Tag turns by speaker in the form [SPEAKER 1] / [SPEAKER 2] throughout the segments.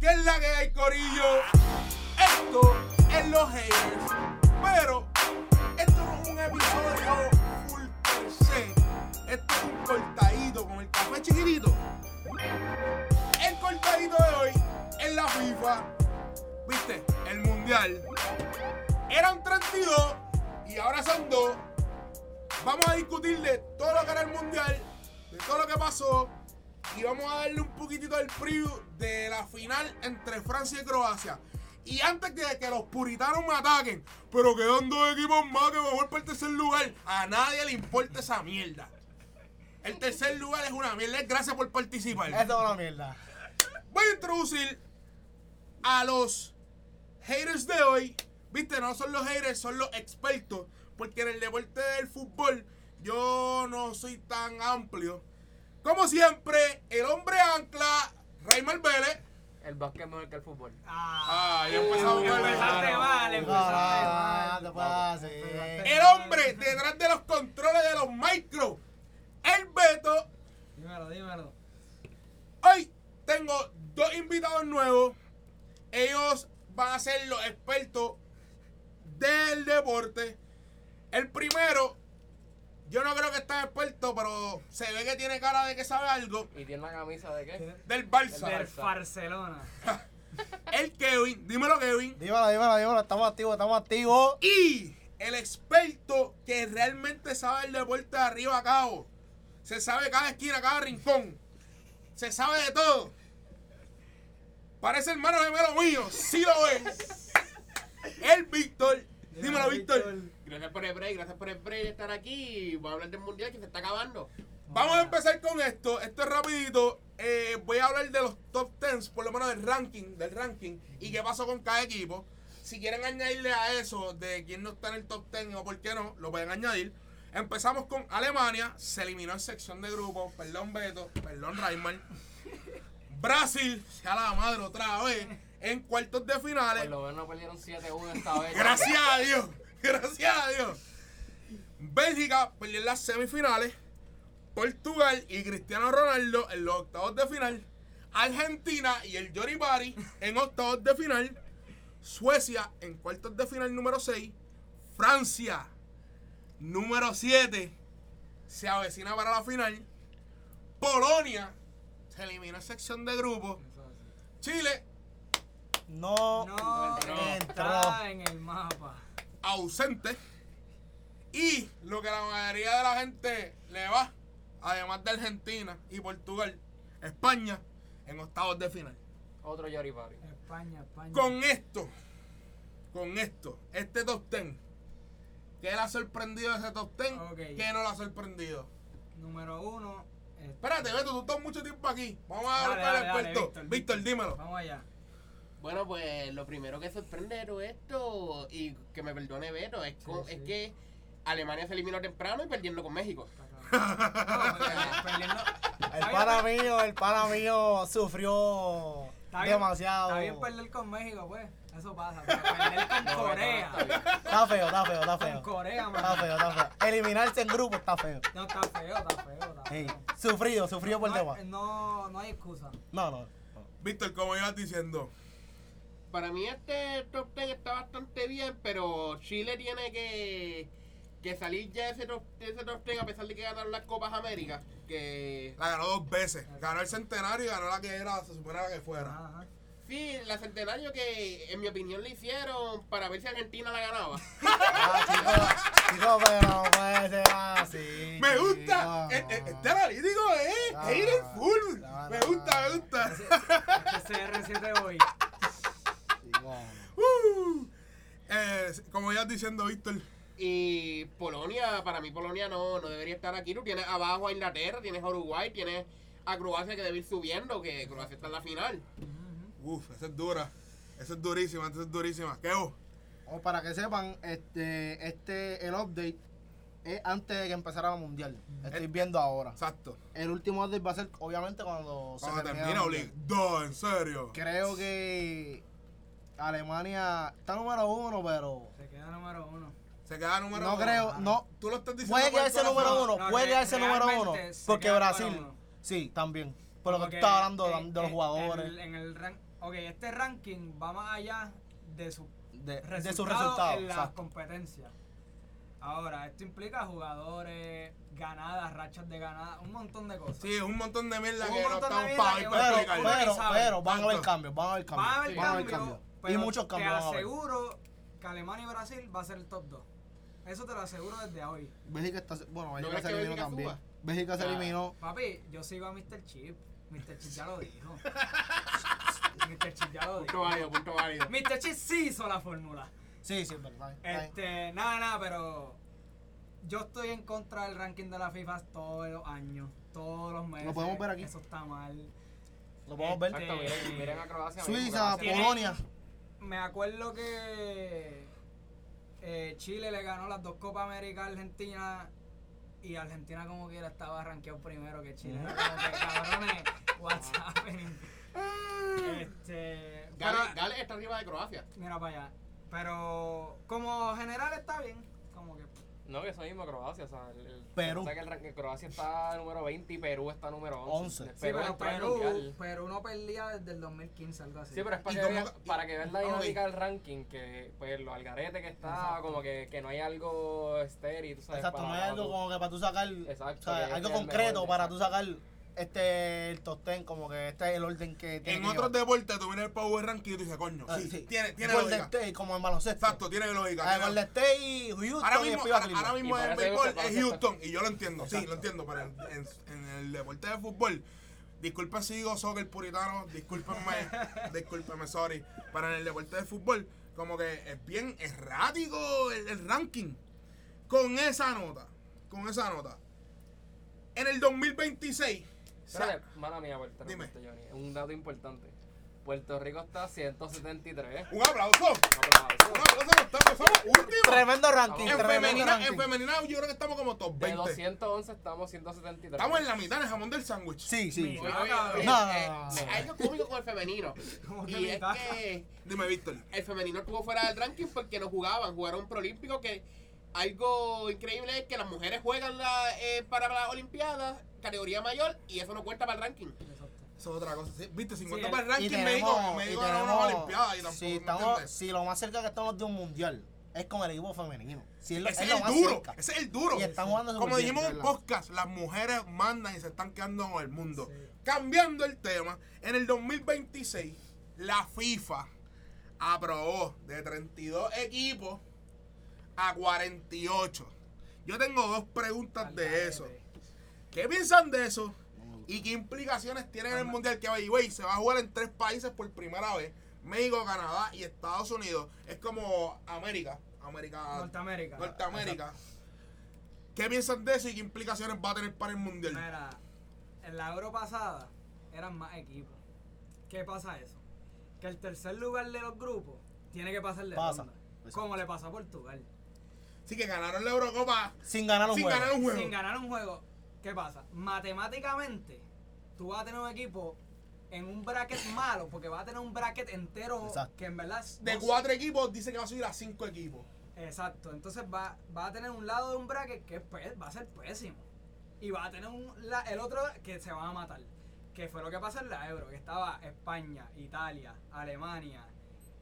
[SPEAKER 1] ¿Qué es la que hay, Corillo? Esto es los haters. Pero esto no es un episodio full per se. Esto es un cortadito con el café chiquitito. El cortadito de hoy en la FIFA. ¿Viste? El mundial. Eran 32 y ahora son 2. Vamos a discutir de todo lo que era el mundial, de todo lo que pasó, y vamos a darle un poquitito del preview de la final entre Francia y Croacia. Y antes que, que los puritanos me ataquen, pero quedan dos equipos más que mejor para el tercer lugar, a nadie le importa esa mierda. El tercer lugar es una mierda, es gracias por participar.
[SPEAKER 2] Esto es una mierda.
[SPEAKER 1] Voy a introducir a los haters de hoy. Viste, no son los haters, son los expertos. Porque en el deporte del fútbol yo no soy tan amplio. Como siempre, el hombre ancla, Raymond Vélez.
[SPEAKER 3] El básquet es mejor que el fútbol.
[SPEAKER 1] Ah, ya empezamos con
[SPEAKER 4] Empezaste
[SPEAKER 1] el-
[SPEAKER 4] mal,
[SPEAKER 2] No,
[SPEAKER 4] empezaste
[SPEAKER 2] no,
[SPEAKER 4] mal.
[SPEAKER 2] no te pases.
[SPEAKER 1] El hombre detrás de los controles de los micros. El Beto.
[SPEAKER 4] Dímelo, dímelo.
[SPEAKER 1] Hoy tengo dos invitados nuevos. Ellos van a ser los expertos del deporte. El primero, yo no creo que esté experto, pero se ve que tiene cara de que sabe algo.
[SPEAKER 3] ¿Y tiene una camisa de qué?
[SPEAKER 1] Del Barça.
[SPEAKER 3] Del-
[SPEAKER 4] Del Barcelona.
[SPEAKER 1] El Kevin, dímelo Kevin.
[SPEAKER 2] Dímelo, dímelo, dímelo. Estamos activos, estamos activos.
[SPEAKER 1] Y el experto que realmente sabe el deporte de arriba a cabo. Se sabe cada esquina, cada rincón. Se sabe de todo. Parece hermano gemelo mío. Sí lo es. El Víctor. Dímelo, Víctor.
[SPEAKER 3] Gracias por el break, gracias por el break de estar aquí. Voy a hablar del mundial que se está acabando.
[SPEAKER 1] Vamos a empezar con esto. Esto es rapidito. Eh, voy a hablar de los top 10, por lo menos del ranking, del ranking y qué pasó con cada equipo. Si quieren añadirle a eso de quién no está en el top 10 o por qué no, lo pueden añadir. Empezamos con Alemania, se eliminó en sección de grupos. Perdón, Beto, perdón, Reimer. Brasil, a la madre otra vez, en cuartos de
[SPEAKER 3] Por
[SPEAKER 1] finales.
[SPEAKER 3] lo menos perdieron 7-1 esta vez.
[SPEAKER 1] Gracias a Dios. Gracias a Dios. Bélgica perdió en las semifinales. Portugal y Cristiano Ronaldo en los octavos de final. Argentina y el Johnny Bari en octavos de final. Suecia en cuartos de final número 6. Francia número 7 se avecina para la final. Polonia se elimina en sección de grupo. Chile
[SPEAKER 2] No.
[SPEAKER 4] No
[SPEAKER 2] Entró.
[SPEAKER 4] está en el mapa.
[SPEAKER 1] ausente y lo que la mayoría de la gente le va, además de Argentina y Portugal, España en octavos de final.
[SPEAKER 3] Otro Yori Party.
[SPEAKER 4] España, España.
[SPEAKER 1] Con esto, con esto, este top ten, que la ha sorprendido ese top ten,
[SPEAKER 4] Ok.
[SPEAKER 1] que no la ha sorprendido.
[SPEAKER 4] Número uno. este-
[SPEAKER 1] Espérate, Beto, tú estás mucho tiempo aquí. Vamos a
[SPEAKER 4] Dale,
[SPEAKER 1] buscar
[SPEAKER 4] dale,
[SPEAKER 1] al
[SPEAKER 4] dale,
[SPEAKER 1] experto.
[SPEAKER 4] Víctor,
[SPEAKER 1] Víctor, dímelo.
[SPEAKER 4] Vamos allá.
[SPEAKER 3] Bueno, pues lo primero que sorprende era esto, y que me perdone Beto, es, con-
[SPEAKER 4] Sí, sí.
[SPEAKER 3] es que Alemania se eliminó temprano y perdiendo con México.
[SPEAKER 4] No, pero perdiendo-
[SPEAKER 2] El pana mío, el pana mío sufrió
[SPEAKER 4] está bien-
[SPEAKER 2] demasiado.
[SPEAKER 4] Está bien perder con México, pues. Eso pasa. Pero perder con
[SPEAKER 3] No,
[SPEAKER 4] Corea.
[SPEAKER 3] Beto, no, está bien.
[SPEAKER 2] Está feo, está feo, está
[SPEAKER 4] Con
[SPEAKER 2] feo.
[SPEAKER 4] Corea,
[SPEAKER 2] Está
[SPEAKER 4] man.
[SPEAKER 2] feo, está feo. Eliminarse en grupo está feo.
[SPEAKER 4] No, está feo, está feo, está
[SPEAKER 2] Ey,
[SPEAKER 4] feo.
[SPEAKER 2] Sufrido, sufrido por
[SPEAKER 4] No,
[SPEAKER 2] demás.
[SPEAKER 4] hay- no, no hay excusa.
[SPEAKER 2] No, no.
[SPEAKER 1] Víctor, como ibas diciendo,
[SPEAKER 3] Para mí este top 10 está bastante bien, pero Chile tiene que, que salir ya de ese top, de ese top 10 a pesar de que ganaron las Copas Américas. Que
[SPEAKER 1] la ganó dos veces. Ganó el centenario y ganó la que era, se supone la que fuera.
[SPEAKER 4] Ajá.
[SPEAKER 3] sí, la centenario que en mi opinión le hicieron para ver si Argentina la ganaba.
[SPEAKER 2] Ah, chicos, chicos, pero no puede ser así.
[SPEAKER 1] Me gusta.
[SPEAKER 2] chicos.
[SPEAKER 1] eh, eh, Este analítico es
[SPEAKER 2] No,
[SPEAKER 1] hater full.
[SPEAKER 2] no,
[SPEAKER 1] Me
[SPEAKER 2] no,
[SPEAKER 1] gusta,
[SPEAKER 2] no.
[SPEAKER 1] me gusta.
[SPEAKER 4] Este CR7 hoy.
[SPEAKER 2] Chicos.
[SPEAKER 1] Uh, eh, como ibas diciendo, Víctor.
[SPEAKER 3] Y Polonia, para mí Polonia no, no debería estar aquí. Tú tienes abajo a Inglaterra, tienes a Uruguay, tienes a Croacia que debe ir subiendo, que Croacia está en la final.
[SPEAKER 1] Uf, esa es dura. Esa es durísima, esa es durísima. ¿Qué vos?
[SPEAKER 5] O para que sepan, este, este, el update
[SPEAKER 2] es antes de que empezara la mundial.
[SPEAKER 4] Eh.
[SPEAKER 2] Estoy viendo ahora.
[SPEAKER 1] Exacto.
[SPEAKER 2] El último update va a ser, obviamente, cuando se
[SPEAKER 1] Cuando
[SPEAKER 2] termine la
[SPEAKER 1] termina
[SPEAKER 2] Mundial.
[SPEAKER 1] obligado, en serio.
[SPEAKER 2] Creo que Alemania está número uno, pero
[SPEAKER 4] Se queda número uno.
[SPEAKER 1] Se queda número
[SPEAKER 2] no
[SPEAKER 1] uno.
[SPEAKER 2] creo, no.
[SPEAKER 1] Tú lo estás diciendo.
[SPEAKER 2] Puede
[SPEAKER 1] por el
[SPEAKER 2] quedarse número
[SPEAKER 1] corazón.
[SPEAKER 2] uno,
[SPEAKER 4] No,
[SPEAKER 2] puede
[SPEAKER 4] re-
[SPEAKER 2] quedarse número uno,
[SPEAKER 4] realmente se
[SPEAKER 2] porque
[SPEAKER 4] queda
[SPEAKER 2] Brasil,
[SPEAKER 4] número uno.
[SPEAKER 2] sí, también. Por lo que tú
[SPEAKER 4] Porque
[SPEAKER 2] estabas hablando de,
[SPEAKER 4] en-
[SPEAKER 2] de los
[SPEAKER 4] en-
[SPEAKER 2] jugadores,
[SPEAKER 4] En, el rank, ok, este ranking va más allá de su
[SPEAKER 2] de,
[SPEAKER 4] resultado,
[SPEAKER 2] de sus resultados.
[SPEAKER 4] en las
[SPEAKER 2] exacto.
[SPEAKER 4] competencias. Ahora, esto implica jugadores, ganadas, rachas de ganadas, un montón de cosas.
[SPEAKER 1] Sí, es un montón de mierda
[SPEAKER 4] Un
[SPEAKER 1] que no
[SPEAKER 4] montón de
[SPEAKER 1] estamos
[SPEAKER 4] mierda
[SPEAKER 1] para
[SPEAKER 4] que
[SPEAKER 1] para
[SPEAKER 4] bueno,
[SPEAKER 2] Pero,
[SPEAKER 1] explicar.
[SPEAKER 4] bueno,
[SPEAKER 2] pero,
[SPEAKER 4] sabe.
[SPEAKER 2] pero, van a haber
[SPEAKER 1] Tanto.
[SPEAKER 2] cambios, van a haber cambios.
[SPEAKER 4] Va a haber
[SPEAKER 2] van a haber
[SPEAKER 4] cambios,
[SPEAKER 2] cambios.
[SPEAKER 4] pero
[SPEAKER 2] y muchos cambios.
[SPEAKER 4] Te
[SPEAKER 2] van a haber.
[SPEAKER 4] aseguro que Alemania y Brasil va a ser el top 2. Eso te lo aseguro desde hoy.
[SPEAKER 2] Bélgica está, bueno, Bélgica
[SPEAKER 3] crees
[SPEAKER 2] se
[SPEAKER 3] que
[SPEAKER 2] eliminó
[SPEAKER 3] Bélgica
[SPEAKER 2] también.
[SPEAKER 3] suba?
[SPEAKER 2] Bélgica se
[SPEAKER 3] Ah.
[SPEAKER 2] eliminó.
[SPEAKER 4] Papi, yo sigo a Mr. Chip. Mr. Chip ya lo dijo. Mr. Chip ya lo
[SPEAKER 3] Punto
[SPEAKER 4] dijo.
[SPEAKER 3] válido, punto válido.
[SPEAKER 4] Mr. Chip sí hizo la fórmula.
[SPEAKER 2] Sí, sí, es verdad.
[SPEAKER 4] Este, nada, nada, pero yo estoy en contra del ranking de la FIFA todos los años, todos los meses.
[SPEAKER 2] Lo podemos ver aquí.
[SPEAKER 4] Eso está mal. Este,
[SPEAKER 2] Lo podemos ver.
[SPEAKER 5] Exacto, miren, miren a Croacia. miren
[SPEAKER 2] Suiza,
[SPEAKER 5] Croacia.
[SPEAKER 2] Polonia.
[SPEAKER 4] Me acuerdo que eh, Chile le ganó las dos Copa América a Argentina y Argentina como quiera estaba rankeado primero que Chile. Era como que, cabrones, what's happening? Este,
[SPEAKER 3] Gales,
[SPEAKER 4] pero-
[SPEAKER 3] Gales está arriba de Croacia.
[SPEAKER 4] mira para allá. Pero como general está bien, como que
[SPEAKER 5] No, que eso mismo, Croacia. O sea, el, el-
[SPEAKER 2] Perú.
[SPEAKER 5] o sea, que el ranking- Croacia está número 20 y Perú está número 11.
[SPEAKER 2] 11.
[SPEAKER 5] Perú
[SPEAKER 4] Sí, pero
[SPEAKER 5] entró al
[SPEAKER 4] Perú,
[SPEAKER 5] Mundial.
[SPEAKER 4] Perú no perdía desde el 2015, algo así.
[SPEAKER 5] Sí, pero es para
[SPEAKER 1] ¿Y
[SPEAKER 5] que,
[SPEAKER 1] cómo-
[SPEAKER 5] veas, para que veas la
[SPEAKER 1] Ok.
[SPEAKER 5] dinámica del ranking, que pues lo algarete que está,
[SPEAKER 4] Exacto.
[SPEAKER 5] como que, que no hay algo estéril, tú sabes.
[SPEAKER 2] Exacto,
[SPEAKER 5] para-
[SPEAKER 2] no es
[SPEAKER 5] para
[SPEAKER 2] algo
[SPEAKER 5] tú-
[SPEAKER 2] como que para tú sacar.
[SPEAKER 5] Exacto,
[SPEAKER 2] o sea,
[SPEAKER 5] que
[SPEAKER 2] algo
[SPEAKER 5] es el
[SPEAKER 2] concreto
[SPEAKER 5] mejor,
[SPEAKER 2] para tú sacar este el top ten, como que este es el orden que tiene.
[SPEAKER 1] En
[SPEAKER 2] que
[SPEAKER 1] otros
[SPEAKER 2] llevar.
[SPEAKER 1] deportes tú miras el power ranking y tú dices, coño,
[SPEAKER 2] Ah,
[SPEAKER 1] sí, tiene, tiene
[SPEAKER 2] Golden
[SPEAKER 1] lógica.
[SPEAKER 2] State, como en baloncesto.
[SPEAKER 1] Exacto, tiene lógica.
[SPEAKER 2] este- Ah,
[SPEAKER 1] tiene-
[SPEAKER 2] Golden State y Houston
[SPEAKER 1] Ahora
[SPEAKER 2] y
[SPEAKER 1] mismo,
[SPEAKER 2] después
[SPEAKER 1] ahora,
[SPEAKER 2] Cleveland.
[SPEAKER 1] ahora mismo
[SPEAKER 5] Y
[SPEAKER 1] en el
[SPEAKER 5] parece que
[SPEAKER 1] béisbol
[SPEAKER 5] usted
[SPEAKER 1] es
[SPEAKER 5] conoce
[SPEAKER 1] Houston y yo lo entiendo, sí,
[SPEAKER 2] Exacto.
[SPEAKER 1] lo entiendo, pero en, en- en el deporte de fútbol, disculpen si digo soccer puritano, discúlpenme, discúlpenme, sorry, pero en el deporte de fútbol como que es bien errático el, el ranking. Con esa nota, con esa nota, en el 2026, o sea,
[SPEAKER 5] Espérate, mala mía, Puerto Rico,
[SPEAKER 1] Dime.
[SPEAKER 5] Johnny. Un dato importante. Puerto Rico está 173.
[SPEAKER 1] un aplauso, un
[SPEAKER 5] Aplauso.
[SPEAKER 1] aplauso, estamos, somos últimos.
[SPEAKER 2] Tremendo ranking,
[SPEAKER 5] En
[SPEAKER 1] En
[SPEAKER 2] tremendo
[SPEAKER 1] femenina, en
[SPEAKER 2] ranking.
[SPEAKER 1] femenina yo creo que estamos como top
[SPEAKER 5] De
[SPEAKER 1] 20.
[SPEAKER 5] 211 estamos 173.
[SPEAKER 1] Estamos en la mitad del jamón del sándwich.
[SPEAKER 2] Sí, sí.
[SPEAKER 4] Mira.
[SPEAKER 2] No, no, no, no.
[SPEAKER 3] eh, hay algo cómico con el femenino.
[SPEAKER 4] Como que
[SPEAKER 3] Y es
[SPEAKER 4] mitad.
[SPEAKER 3] que
[SPEAKER 1] Dime, Víctor.
[SPEAKER 3] el femenino estuvo fuera del ranking porque no jugaban, jugaron un preolímpico que algo increíble es que las mujeres juegan la, eh, para las olimpiadas, categoría mayor, y eso no cuenta para el ranking.
[SPEAKER 4] Exacto.
[SPEAKER 1] Eso es otra cosa. sí. Viste, 50
[SPEAKER 4] Sí,
[SPEAKER 1] para el ranking
[SPEAKER 2] Y tenemos-
[SPEAKER 1] me digo, me
[SPEAKER 2] y
[SPEAKER 1] digo a
[SPEAKER 2] tenemos-
[SPEAKER 1] unas olimpiadas y tampoco.
[SPEAKER 2] si,
[SPEAKER 1] ¿me
[SPEAKER 2] estamos,
[SPEAKER 1] entiendes?
[SPEAKER 2] si lo más cerca que estamos de un mundial es con el equipo femenino. Si es lo,
[SPEAKER 1] ese
[SPEAKER 2] es
[SPEAKER 1] es
[SPEAKER 2] lo
[SPEAKER 1] el
[SPEAKER 2] más
[SPEAKER 1] duro,
[SPEAKER 2] cerca.
[SPEAKER 1] ese es el duro.
[SPEAKER 2] Y están jugando
[SPEAKER 1] Como
[SPEAKER 2] súper bien,
[SPEAKER 1] dijimos en un
[SPEAKER 2] ¿verdad?
[SPEAKER 1] podcast, las mujeres mandan y se están quedando con el mundo.
[SPEAKER 4] Sí.
[SPEAKER 1] Cambiando el tema, en el 2026, la FIFA aprobó de 32 equipos a 48. Yo tengo dos preguntas de eso. ¿Qué piensan de eso? ¿Y qué implicaciones tiene en el Mundial que by the way, se va a jugar en tres países por primera vez? México, Canadá y Estados Unidos. Es como América. América.
[SPEAKER 4] Norteamérica.
[SPEAKER 1] Norteamérica. ¿Qué piensan de eso y qué implicaciones va a tener para el Mundial?
[SPEAKER 4] Mira, en la euro pasada eran más equipos. ¿Qué pasa eso? Que el tercer lugar de los grupos tiene que pasar de
[SPEAKER 2] Pasa.
[SPEAKER 4] ronda.
[SPEAKER 2] Exacto.
[SPEAKER 4] Como le pasó a Portugal.
[SPEAKER 1] Así que ganaron la Eurocopa
[SPEAKER 2] Sin ganar un
[SPEAKER 1] sin
[SPEAKER 2] juego.
[SPEAKER 1] ganar un
[SPEAKER 4] Sin
[SPEAKER 1] juego.
[SPEAKER 4] ganar un juego, ¿qué pasa? Matemáticamente, tú vas a tener un equipo en un bracket malo, porque vas a tener un bracket entero
[SPEAKER 2] Exacto.
[SPEAKER 4] que en verdad
[SPEAKER 1] De
[SPEAKER 4] no-
[SPEAKER 1] cuatro equipos, dice que va a subir a cinco equipos.
[SPEAKER 4] Exacto, entonces va, va a tener un lado de un bracket que es pé- va a ser pésimo. Y va a tener un, la- el otro que se va a matar. Que fue lo que pasó en la Euro, que estaba España, Italia, Alemania,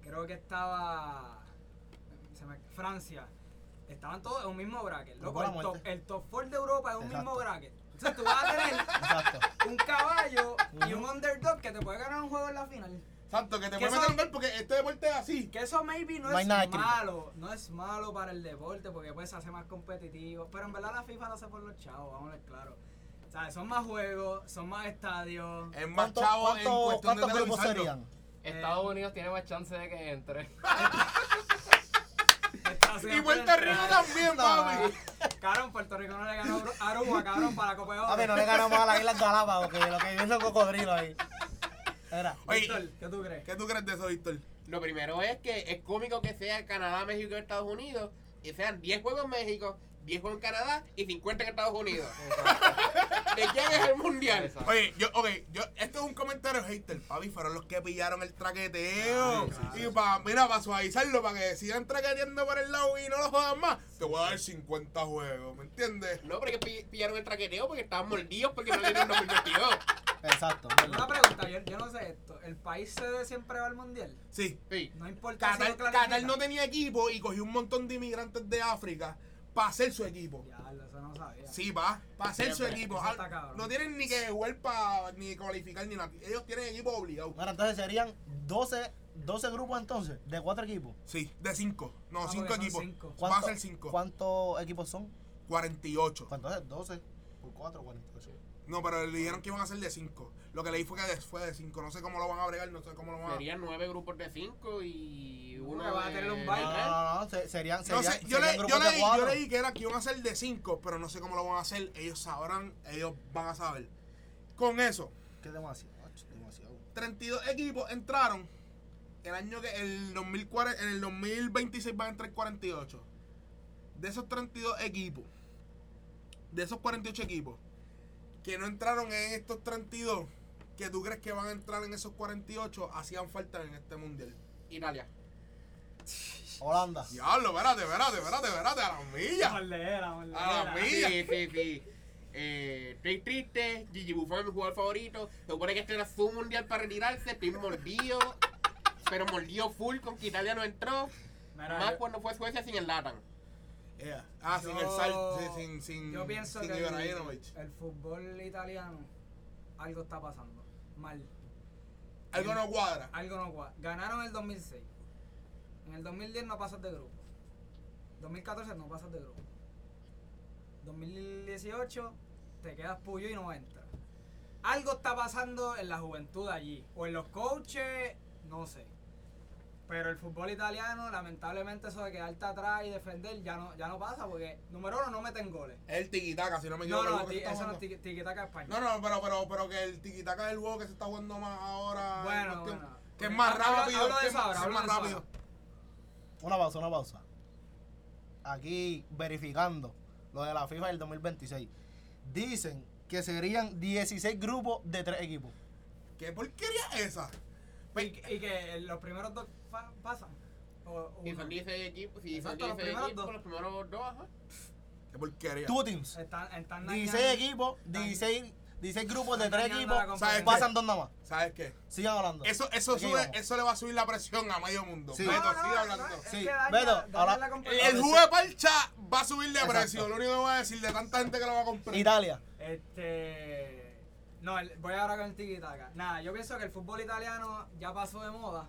[SPEAKER 4] creo que estaba se me- Francia. Estaban todos en un mismo bracket.
[SPEAKER 2] Grupo
[SPEAKER 4] Loco,
[SPEAKER 2] de la
[SPEAKER 4] el top,
[SPEAKER 2] muerte.
[SPEAKER 4] el top 4 de Europa es un
[SPEAKER 2] Exacto.
[SPEAKER 4] mismo bracket. Entonces tú vas a tener
[SPEAKER 2] Exacto.
[SPEAKER 4] un caballo y un underdog que te puede ganar un juego en la final.
[SPEAKER 1] Exacto, que te
[SPEAKER 4] ¿Qué
[SPEAKER 1] puede meter
[SPEAKER 4] son?
[SPEAKER 1] un gol porque este deporte es así.
[SPEAKER 4] Que eso maybe no,
[SPEAKER 2] No hay
[SPEAKER 4] es
[SPEAKER 2] nada escrito.
[SPEAKER 4] malo, no es malo para el deporte porque pues se hace más competitivo, pero en verdad la FIFA lo hace por los chavos, vamos a ver claro. O sea, son más juegos, son más estadios.
[SPEAKER 1] Es más
[SPEAKER 2] ¿Cuánto-
[SPEAKER 1] chavo en
[SPEAKER 2] cuánto-
[SPEAKER 1] cuestión de
[SPEAKER 2] ¿Cuántos grupos
[SPEAKER 1] televisarlo.
[SPEAKER 2] serían?
[SPEAKER 5] Estados Unidos tiene más chance de que entre.
[SPEAKER 4] está
[SPEAKER 1] Y
[SPEAKER 4] siempre
[SPEAKER 1] Puerto
[SPEAKER 4] entre-
[SPEAKER 1] Rico también, papi.
[SPEAKER 4] Cabrón, Puerto Rico no le ganó a Aruba, cabrón, para la Copa de Oro.
[SPEAKER 2] A ver, no le ganamos a las Islas Galápagos, que lo que viven los cocodrilos ahí. Era.
[SPEAKER 1] Oye,
[SPEAKER 4] Víctor, ¿qué tú crees?
[SPEAKER 1] ¿qué tú crees de eso, Víctor?
[SPEAKER 3] Lo primero es que es cómico que sea Canadá, México y Estados Unidos, y sean 10 juegos en México, 10 en Canadá y 50 en Estados Unidos.
[SPEAKER 5] Exacto,
[SPEAKER 3] ¿De quién es el mundial?
[SPEAKER 5] exacto.
[SPEAKER 1] Oye, yo, ok, yo, esto es un comentario hater, papi, fueron los que pillaron el traqueteo.
[SPEAKER 4] Sí, Ah, sí,
[SPEAKER 1] y para, mira, para suavizarlo, para que sigan traqueteando por el lado y no lo jodan más, te voy a dar 50 juegos, ¿me entiendes?
[SPEAKER 3] No, porque pi- pillaron el traqueteo porque estaban mordidos porque no le dieron 2022.
[SPEAKER 2] Exacto.
[SPEAKER 4] Una pregunta, yo, yo no sé esto. ¿El país sede siempre va al mundial?
[SPEAKER 1] Sí.
[SPEAKER 3] Sí.
[SPEAKER 4] No importa si
[SPEAKER 1] Qatar,
[SPEAKER 4] lo clasifica.
[SPEAKER 1] Qatar no tenía equipo y cogió un montón de inmigrantes de África para hacer su equipo.
[SPEAKER 4] Diablo, eso no sabía.
[SPEAKER 1] Sí, va, para hacer su equipo. Ah,
[SPEAKER 4] Eso está cabrón.
[SPEAKER 1] No tienen ni que jugar para ni cualificar ni nada. Ellos tienen equipo obligado.
[SPEAKER 2] Bueno, entonces serían 12, 12 grupos entonces, de cuatro equipos.
[SPEAKER 1] Sí, de 5. No,
[SPEAKER 4] Ah,
[SPEAKER 1] 5
[SPEAKER 4] porque son
[SPEAKER 1] equipos.
[SPEAKER 4] cinco.
[SPEAKER 1] Va a ser 5.
[SPEAKER 2] ¿Cuántos equipos son?
[SPEAKER 1] 48.
[SPEAKER 2] Pues entonces 12 por 4, 48.
[SPEAKER 1] No, pero le dijeron que iban a ser de 5. Lo que leí fue que de- fue de 5. No sé cómo lo van a bregar, no sé cómo lo van a.
[SPEAKER 3] Serían nueve grupos de cinco y uno
[SPEAKER 4] Porque va a
[SPEAKER 3] de-
[SPEAKER 4] tener un
[SPEAKER 3] de
[SPEAKER 2] No,
[SPEAKER 4] bye.
[SPEAKER 3] tres.
[SPEAKER 2] no, no, se- serían,
[SPEAKER 1] No
[SPEAKER 2] serían,
[SPEAKER 1] sé, yo,
[SPEAKER 2] serían
[SPEAKER 1] le, yo,
[SPEAKER 2] grupos de
[SPEAKER 1] leí, yo
[SPEAKER 2] cuatro.
[SPEAKER 1] leí que era que iban a ser de 5, pero no sé cómo lo van a hacer. Ellos sabrán, ellos van a saber. Con eso,
[SPEAKER 2] Que es demasiado, macho, demasiado.
[SPEAKER 1] 32 equipos entraron. El año que el 2040, en el 2026 van a entrar 48. De esos 32 equipos, de esos 48 equipos que no entraron en estos 32, que tú crees que van a entrar en esos 48, hacían falta en este mundial.
[SPEAKER 3] Italia.
[SPEAKER 2] Holanda.
[SPEAKER 1] Diablo, espérate, espérate, espérate, espérate, a la milla.
[SPEAKER 4] Maldera,
[SPEAKER 1] A la
[SPEAKER 4] maldera.
[SPEAKER 1] milla.
[SPEAKER 3] Sí, sí, sí. Eh, estoy triste, Gigi Buffon es mi jugador favorito. Se supone que este era su mundial para retirarse, estoy mordido. Pero mordido full con que Italia no entró.
[SPEAKER 4] Mira,
[SPEAKER 3] más
[SPEAKER 4] Ah, yo-
[SPEAKER 3] cuando fue Suecia sin el Latan.
[SPEAKER 1] Yeah. Ah, sin el
[SPEAKER 4] Yo-
[SPEAKER 1] sal, sí, sin, sin,
[SPEAKER 4] Yo pienso
[SPEAKER 1] sin
[SPEAKER 4] que el,
[SPEAKER 1] Ibrahimovic.
[SPEAKER 4] el fútbol italiano algo está pasando. Mal.
[SPEAKER 1] Algo no cuadra.
[SPEAKER 4] Algo no cuadra. Ganaron el 2006. En el 2010 no pasas de grupo. 2014 no pasas de grupo. 2018 te quedas puyo y no entras. Algo está pasando en la juventud allí. O en los coaches, no sé. Pero el fútbol italiano, lamentablemente, eso de quedarte atrás y defender ya no, ya no pasa porque, número uno, no meten goles.
[SPEAKER 1] El tiquitaca, si no me
[SPEAKER 4] No,
[SPEAKER 1] equivoco. el
[SPEAKER 4] no,
[SPEAKER 1] juego que
[SPEAKER 4] ti-
[SPEAKER 1] se está
[SPEAKER 4] eso no
[SPEAKER 1] jugando.
[SPEAKER 4] es tiqui- tiquitaca España.
[SPEAKER 1] No, no, pero, pero, pero que el tiquitaca es el juego que se está jugando más ahora.
[SPEAKER 4] Bueno,
[SPEAKER 1] en cuestión-
[SPEAKER 4] bueno.
[SPEAKER 1] Que es más
[SPEAKER 4] Habla- habla
[SPEAKER 1] rápido.
[SPEAKER 4] de
[SPEAKER 1] que
[SPEAKER 4] eso
[SPEAKER 1] es-
[SPEAKER 4] ahora,
[SPEAKER 1] es
[SPEAKER 4] habla
[SPEAKER 1] más
[SPEAKER 4] de eso
[SPEAKER 1] rápido.
[SPEAKER 4] ahora.
[SPEAKER 2] Una pausa, una pausa. Aquí verificando lo de la FIFA del 2026. Dicen que serían 16 grupos de 3 equipos.
[SPEAKER 1] ¿Qué porquería es esa? Pues,
[SPEAKER 4] Y, y que los primeros dos fa- pasan. O, o
[SPEAKER 3] Si
[SPEAKER 4] uno.
[SPEAKER 3] son 16 equipos, si
[SPEAKER 4] Exacto,
[SPEAKER 3] son 16
[SPEAKER 4] los primeros
[SPEAKER 3] equipos,
[SPEAKER 4] dos.
[SPEAKER 3] los primeros dos, ajá.
[SPEAKER 1] ¿Qué porquería?
[SPEAKER 2] Two teams.
[SPEAKER 4] Están, están
[SPEAKER 2] 16
[SPEAKER 4] dañando-
[SPEAKER 2] equipos, 16, 16 grupos de
[SPEAKER 4] están
[SPEAKER 2] 3
[SPEAKER 4] dañando la
[SPEAKER 2] equipos.
[SPEAKER 1] ¿Sabes qué?
[SPEAKER 4] competencia.
[SPEAKER 2] Pasan dos nada más.
[SPEAKER 1] ¿Sabes qué?
[SPEAKER 2] Sigan hablando.
[SPEAKER 1] Eso, eso,
[SPEAKER 2] Aquí
[SPEAKER 1] sube,
[SPEAKER 2] vamos.
[SPEAKER 1] eso le va a subir la presión a medio mundo.
[SPEAKER 2] Sí.
[SPEAKER 1] Beto,
[SPEAKER 4] No, no,
[SPEAKER 1] sigue
[SPEAKER 4] no,
[SPEAKER 1] hablando.
[SPEAKER 4] es
[SPEAKER 2] Sí,
[SPEAKER 4] que daña-
[SPEAKER 2] Beto,
[SPEAKER 4] daña
[SPEAKER 2] ahora-
[SPEAKER 4] la
[SPEAKER 1] El,
[SPEAKER 4] competencia.
[SPEAKER 1] el jugo de parcha va a subir de
[SPEAKER 2] Exacto.
[SPEAKER 1] precio. Lo único que voy a decir de tanta gente que lo va a comprar.
[SPEAKER 2] Italia.
[SPEAKER 4] Este. No, el- voy ahora con el tiki-taka. Nada, yo pienso que el fútbol italiano ya pasó de moda.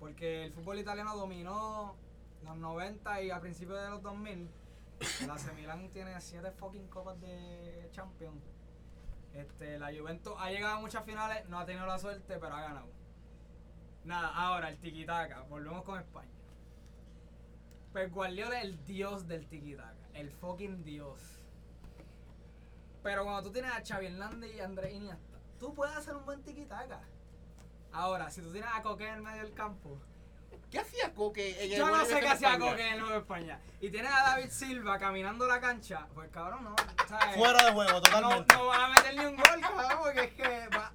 [SPEAKER 4] Porque el fútbol italiano dominó los 90 y a principios de los 2000. La AC Milan tiene 7 fucking copas de Champions. Este, la Juventus ha llegado a muchas finales, no ha tenido la suerte, pero ha ganado. Nada, ahora el tiki-taka. Volvemos con España. Pep Guardiola es el dios del tiki-taka. El fucking dios. Pero cuando tú tienes a Xavi Hernández y a Andrés Iniesta, tú puedes hacer un buen tiquitaca. Ahora, si tú tienes a Coque en el medio del campo,
[SPEAKER 3] ¿Qué hacía Coque en el
[SPEAKER 4] yo no sé qué hacía Coque
[SPEAKER 3] Coque.
[SPEAKER 4] en el Nuevo España. Y tienes a David Silva caminando la cancha, pues cabrón, no. ¿sabes?
[SPEAKER 2] Fuera de juego,
[SPEAKER 4] Eh. no,
[SPEAKER 2] totalmente.
[SPEAKER 4] no van a meter ni un gol, cabrón, porque es que. va-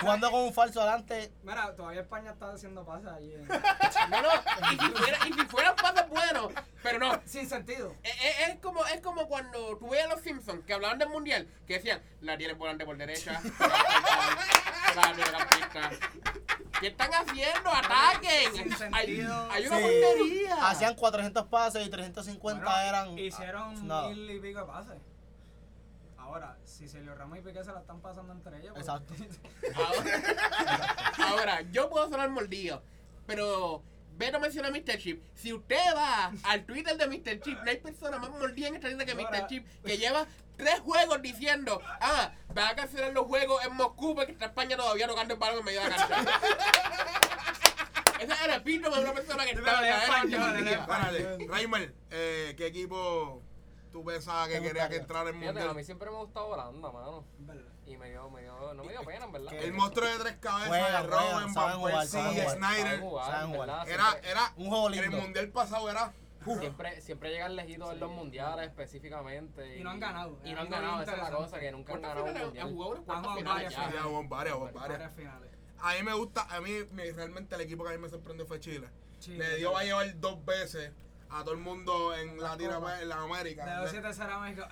[SPEAKER 2] Jugando con un falso adelante.
[SPEAKER 4] Mira, todavía España está haciendo pases allí. en-
[SPEAKER 3] No, no, y si fuera, y si fueran pasos buenos, pero no,
[SPEAKER 4] Sin sentido.
[SPEAKER 3] Eh, eh, Es, como, es como cuando tú veías los Simpsons que hablaban del mundial, que decían, la tienen volante por derecha, la mediocampista. ¿Qué están haciendo?
[SPEAKER 4] Sin
[SPEAKER 3] ¡Ataquen! Hay,
[SPEAKER 4] sentido.
[SPEAKER 3] hay una
[SPEAKER 2] Sí.
[SPEAKER 3] puntería.
[SPEAKER 2] Hacían 400 pases y 350
[SPEAKER 4] Bueno,
[SPEAKER 2] eran. Ah,
[SPEAKER 4] Hicieron
[SPEAKER 2] nada.
[SPEAKER 4] mil y pico de pases. Ahora, si Sergio Ramos y Piqué se la están pasando entre ellos. pues-
[SPEAKER 2] Exacto.
[SPEAKER 3] Ahora, ahora, yo puedo sonar mordido, pero Beto menciona a Mr. Chip. Si usted va al Twitter de Mr. Chip, no hay persona más mordida en esta vida que Mr.
[SPEAKER 4] Ahora-
[SPEAKER 3] Chip, que lleva tres juegos diciendo, ah, va a cancelar los juegos en Moscú porque está España todavía tocando el balón en medio de la cancha. Ese es el epítome de una persona que está
[SPEAKER 4] Pero de
[SPEAKER 3] verdaderamente
[SPEAKER 4] España, de
[SPEAKER 3] mordida.
[SPEAKER 1] Espérate, Reimer, eh, ¿qué equipo tú pensabas que
[SPEAKER 2] Te
[SPEAKER 1] quería que entrara
[SPEAKER 2] gustaría.
[SPEAKER 1] en
[SPEAKER 5] Fíjate, a mí
[SPEAKER 1] mundial?
[SPEAKER 5] siempre me ha gustado Holanda, mano.
[SPEAKER 4] ¿Verdad?
[SPEAKER 5] Y me dio, me dio, no me dio pena, en verdad.
[SPEAKER 2] que-
[SPEAKER 1] El monstruo de tres cabezas,
[SPEAKER 2] Juegan,
[SPEAKER 1] de
[SPEAKER 2] juegan,
[SPEAKER 1] Robin,
[SPEAKER 2] saben
[SPEAKER 1] Van
[SPEAKER 2] jugar, saben
[SPEAKER 1] Persie,
[SPEAKER 2] jugar.
[SPEAKER 5] Saben
[SPEAKER 1] Snyder.
[SPEAKER 5] jugar,
[SPEAKER 2] Saben
[SPEAKER 5] en
[SPEAKER 2] jugar.
[SPEAKER 5] verdad,
[SPEAKER 1] Era,
[SPEAKER 5] siempre-
[SPEAKER 1] era
[SPEAKER 2] Un juego
[SPEAKER 1] En el
[SPEAKER 2] lindo.
[SPEAKER 1] mundial pasado era
[SPEAKER 5] Siempre, siempre llegan lejitos en los mundiales específicamente.
[SPEAKER 4] Y no han ganado.
[SPEAKER 5] Y no han
[SPEAKER 4] Algo bien
[SPEAKER 5] ganado, esa es la
[SPEAKER 4] interesante.
[SPEAKER 5] cosa, que nunca han
[SPEAKER 3] ¿Cuántas
[SPEAKER 5] ganado un
[SPEAKER 3] finales? Han
[SPEAKER 5] mundial.
[SPEAKER 3] jugado unas cuantas
[SPEAKER 4] Vamos,
[SPEAKER 3] finales
[SPEAKER 4] varias.
[SPEAKER 3] ya.
[SPEAKER 1] Ya, hubo varias, hubo
[SPEAKER 4] Varias
[SPEAKER 1] varias.
[SPEAKER 4] finales.
[SPEAKER 1] A mí me gusta, a mí me- realmente el equipo que a mí me sorprendió fue Chile.
[SPEAKER 4] Chile.
[SPEAKER 1] Le dio a llevar dos veces a todo el mundo en
[SPEAKER 4] La Copa.
[SPEAKER 1] Latinoamérica. En la
[SPEAKER 4] De
[SPEAKER 1] América.
[SPEAKER 4] los 7 será México.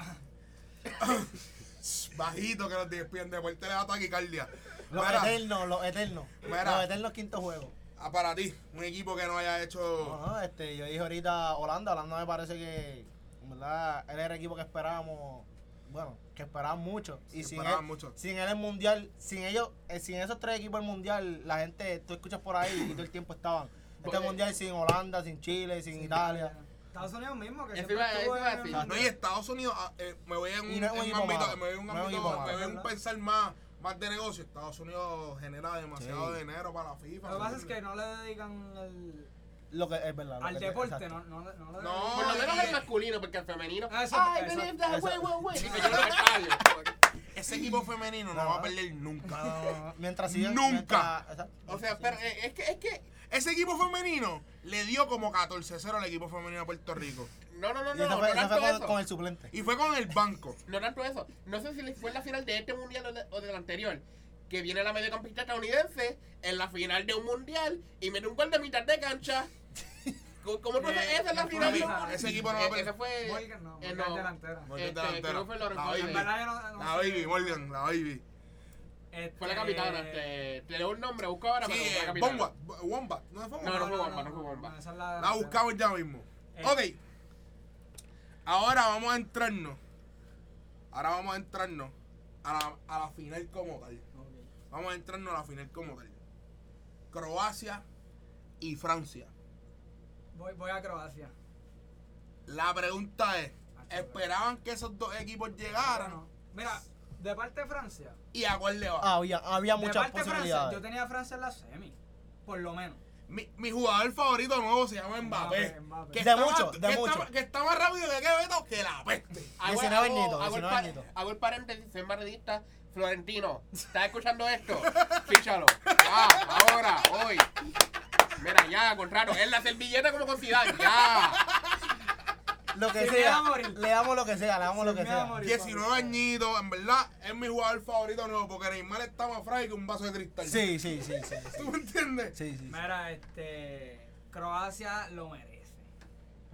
[SPEAKER 1] Bajito que los despiden, después te le da taquicardia.
[SPEAKER 2] Los
[SPEAKER 1] Mira,
[SPEAKER 2] eternos, los eternos.
[SPEAKER 1] Mira.
[SPEAKER 2] Los eternos quinto juego.
[SPEAKER 1] ah, para ti, un equipo que no haya hecho.
[SPEAKER 2] No, este, yo dije ahorita Holanda, Holanda me parece que, en verdad, él era el equipo que esperábamos, bueno, que esperaban mucho. Y
[SPEAKER 1] Sí,
[SPEAKER 2] sin
[SPEAKER 1] esperaban
[SPEAKER 2] él,
[SPEAKER 1] mucho.
[SPEAKER 2] sin él el mundial, sin ellos, eh, sin esos tres equipos el mundial, la gente, tú escuchas por ahí y todo el tiempo estaban. Este
[SPEAKER 3] Porque-
[SPEAKER 2] mundial sin Holanda, sin Chile, sin Italia.
[SPEAKER 4] Estados Unidos mismo, que
[SPEAKER 5] Eso
[SPEAKER 4] siempre
[SPEAKER 5] iba- eso
[SPEAKER 4] estuvo
[SPEAKER 5] iba a
[SPEAKER 4] en-
[SPEAKER 5] decir.
[SPEAKER 1] No, y Estados Unidos, ah, eh, me voy en un,
[SPEAKER 2] Y no es un
[SPEAKER 1] en un
[SPEAKER 2] equipo
[SPEAKER 1] ámbito,
[SPEAKER 2] malo,
[SPEAKER 1] me voy en un
[SPEAKER 2] no es un
[SPEAKER 1] ámbito-
[SPEAKER 2] equipo malo.
[SPEAKER 1] me voy en un pensar más, más de negocio. Estados Unidos genera demasiado
[SPEAKER 2] Sí.
[SPEAKER 1] dinero para la FIFA.
[SPEAKER 4] Lo que pasa es
[SPEAKER 1] ¿entiendes?
[SPEAKER 4] que no le dedican el-
[SPEAKER 2] Lo que es verdad. lo
[SPEAKER 4] al
[SPEAKER 2] que-
[SPEAKER 4] deporte,
[SPEAKER 2] exacto.
[SPEAKER 4] no, no, le- no le
[SPEAKER 1] No,
[SPEAKER 4] dedican.
[SPEAKER 3] Por lo menos el
[SPEAKER 1] y-
[SPEAKER 3] masculino, porque el femenino.
[SPEAKER 4] Ah, eso-
[SPEAKER 3] I
[SPEAKER 4] eso-
[SPEAKER 3] believe that
[SPEAKER 2] eso-
[SPEAKER 3] way, way, way.
[SPEAKER 1] Sí.
[SPEAKER 3] Y se llena el estadio.
[SPEAKER 1] Ese equipo femenino no,
[SPEAKER 2] No.
[SPEAKER 1] va a perder nunca.
[SPEAKER 2] No, no, no, no. Mientras sigan.
[SPEAKER 1] Nunca.
[SPEAKER 2] mientras- exacto.
[SPEAKER 3] O sea, pero eh, es que, es que.
[SPEAKER 1] Ese equipo femenino le dio como 14-0 al equipo femenino de Puerto Rico.
[SPEAKER 3] No, no, no,
[SPEAKER 2] Y
[SPEAKER 3] no,
[SPEAKER 2] esa
[SPEAKER 3] no,
[SPEAKER 2] fue, esa fue
[SPEAKER 3] tanto
[SPEAKER 2] con,
[SPEAKER 3] eso.
[SPEAKER 2] con el suplente.
[SPEAKER 1] Y fue con el banco.
[SPEAKER 3] No tanto eso. No sé si fue en la final de este mundial o, de- o del anterior. Que viene la mediocampista estadounidense en la final de un mundial y mete un gol de mitad de cancha. ¿Cómo cómo tú haces eso en la
[SPEAKER 4] Eh,
[SPEAKER 3] final de un
[SPEAKER 4] Morgan.
[SPEAKER 3] mundial?
[SPEAKER 1] Ese equipo no va a
[SPEAKER 3] Eh,
[SPEAKER 1] perder.
[SPEAKER 3] Ese fue.
[SPEAKER 4] Morgan no,
[SPEAKER 3] eh,
[SPEAKER 4] Morgan delantera.
[SPEAKER 1] Morgan
[SPEAKER 3] Este,
[SPEAKER 1] delantera.
[SPEAKER 3] creo que fue Lorenzo
[SPEAKER 1] La
[SPEAKER 3] Morgan.
[SPEAKER 4] En verdad yo no- no
[SPEAKER 1] La
[SPEAKER 4] sé.
[SPEAKER 1] baby, Morgan, la baby.
[SPEAKER 4] Este-
[SPEAKER 3] Fue la capitana.
[SPEAKER 2] Eh,
[SPEAKER 3] Te, te leo un nombre, busca ahora,
[SPEAKER 1] Sí,
[SPEAKER 3] pero fue la
[SPEAKER 1] eh,
[SPEAKER 3] capitana.
[SPEAKER 1] Wombat. Bo- Wombat. No fue
[SPEAKER 3] No,
[SPEAKER 1] Wombat.
[SPEAKER 3] no fue bomba, no fue bomba.
[SPEAKER 4] no, esa es la,
[SPEAKER 1] La buscamos ya mismo.
[SPEAKER 4] Eh.
[SPEAKER 1] Ok. Ahora vamos a entrarnos. Ahora vamos a entrarnos a la, a la final como tal.
[SPEAKER 4] Ok.
[SPEAKER 1] Vamos a entrarnos a la final como tal. Croacia y Francia.
[SPEAKER 4] Voy, voy a Croacia.
[SPEAKER 1] La pregunta es,
[SPEAKER 4] Ah, sí,
[SPEAKER 1] ¿esperaban que esos dos equipos llegaran?
[SPEAKER 4] Bueno, Mira, de parte de Francia.
[SPEAKER 1] ¿Y a cuál le va?
[SPEAKER 2] Había, había
[SPEAKER 4] de
[SPEAKER 2] muchas
[SPEAKER 4] parte de Francia,
[SPEAKER 2] posibilidades.
[SPEAKER 4] yo tenía a Francia en la semi. Por lo menos.
[SPEAKER 1] Mi, mi jugador favorito nuevo se llama Mbappé.
[SPEAKER 4] Mbappé, Mbappé.
[SPEAKER 1] Que
[SPEAKER 2] De
[SPEAKER 1] está
[SPEAKER 2] mucho,
[SPEAKER 1] más-
[SPEAKER 2] de
[SPEAKER 1] que está
[SPEAKER 2] mucho.
[SPEAKER 1] más- que está más rápido que Quevedo que la peste.
[SPEAKER 3] Hago-
[SPEAKER 2] 19
[SPEAKER 3] hago-
[SPEAKER 2] nietos,
[SPEAKER 3] hago el
[SPEAKER 2] 19
[SPEAKER 3] par-
[SPEAKER 2] nietos.
[SPEAKER 3] Hago el paréntesis, soy madridista. Florentino, ¿estás escuchando esto? Fíchalo. Ya, ahora, hoy. Mira, ya, contrato. Es la servilleta como con Zidane, ya.
[SPEAKER 2] Lo que
[SPEAKER 4] Sin miedo
[SPEAKER 2] sea.
[SPEAKER 4] a morir.
[SPEAKER 2] Le damos lo que sea, le damos lo
[SPEAKER 4] Sin
[SPEAKER 2] que
[SPEAKER 4] miedo a
[SPEAKER 2] sea.
[SPEAKER 4] morir.
[SPEAKER 1] 19 añitos, en verdad, es mi jugador favorito nuevo porque Neymar está más frágil que un vaso de cristal.
[SPEAKER 2] Sí, sí, sí, sí. sí.
[SPEAKER 1] ¿Tú me entiendes?
[SPEAKER 2] Sí, sí.
[SPEAKER 4] Mira, este. Croacia lo merece.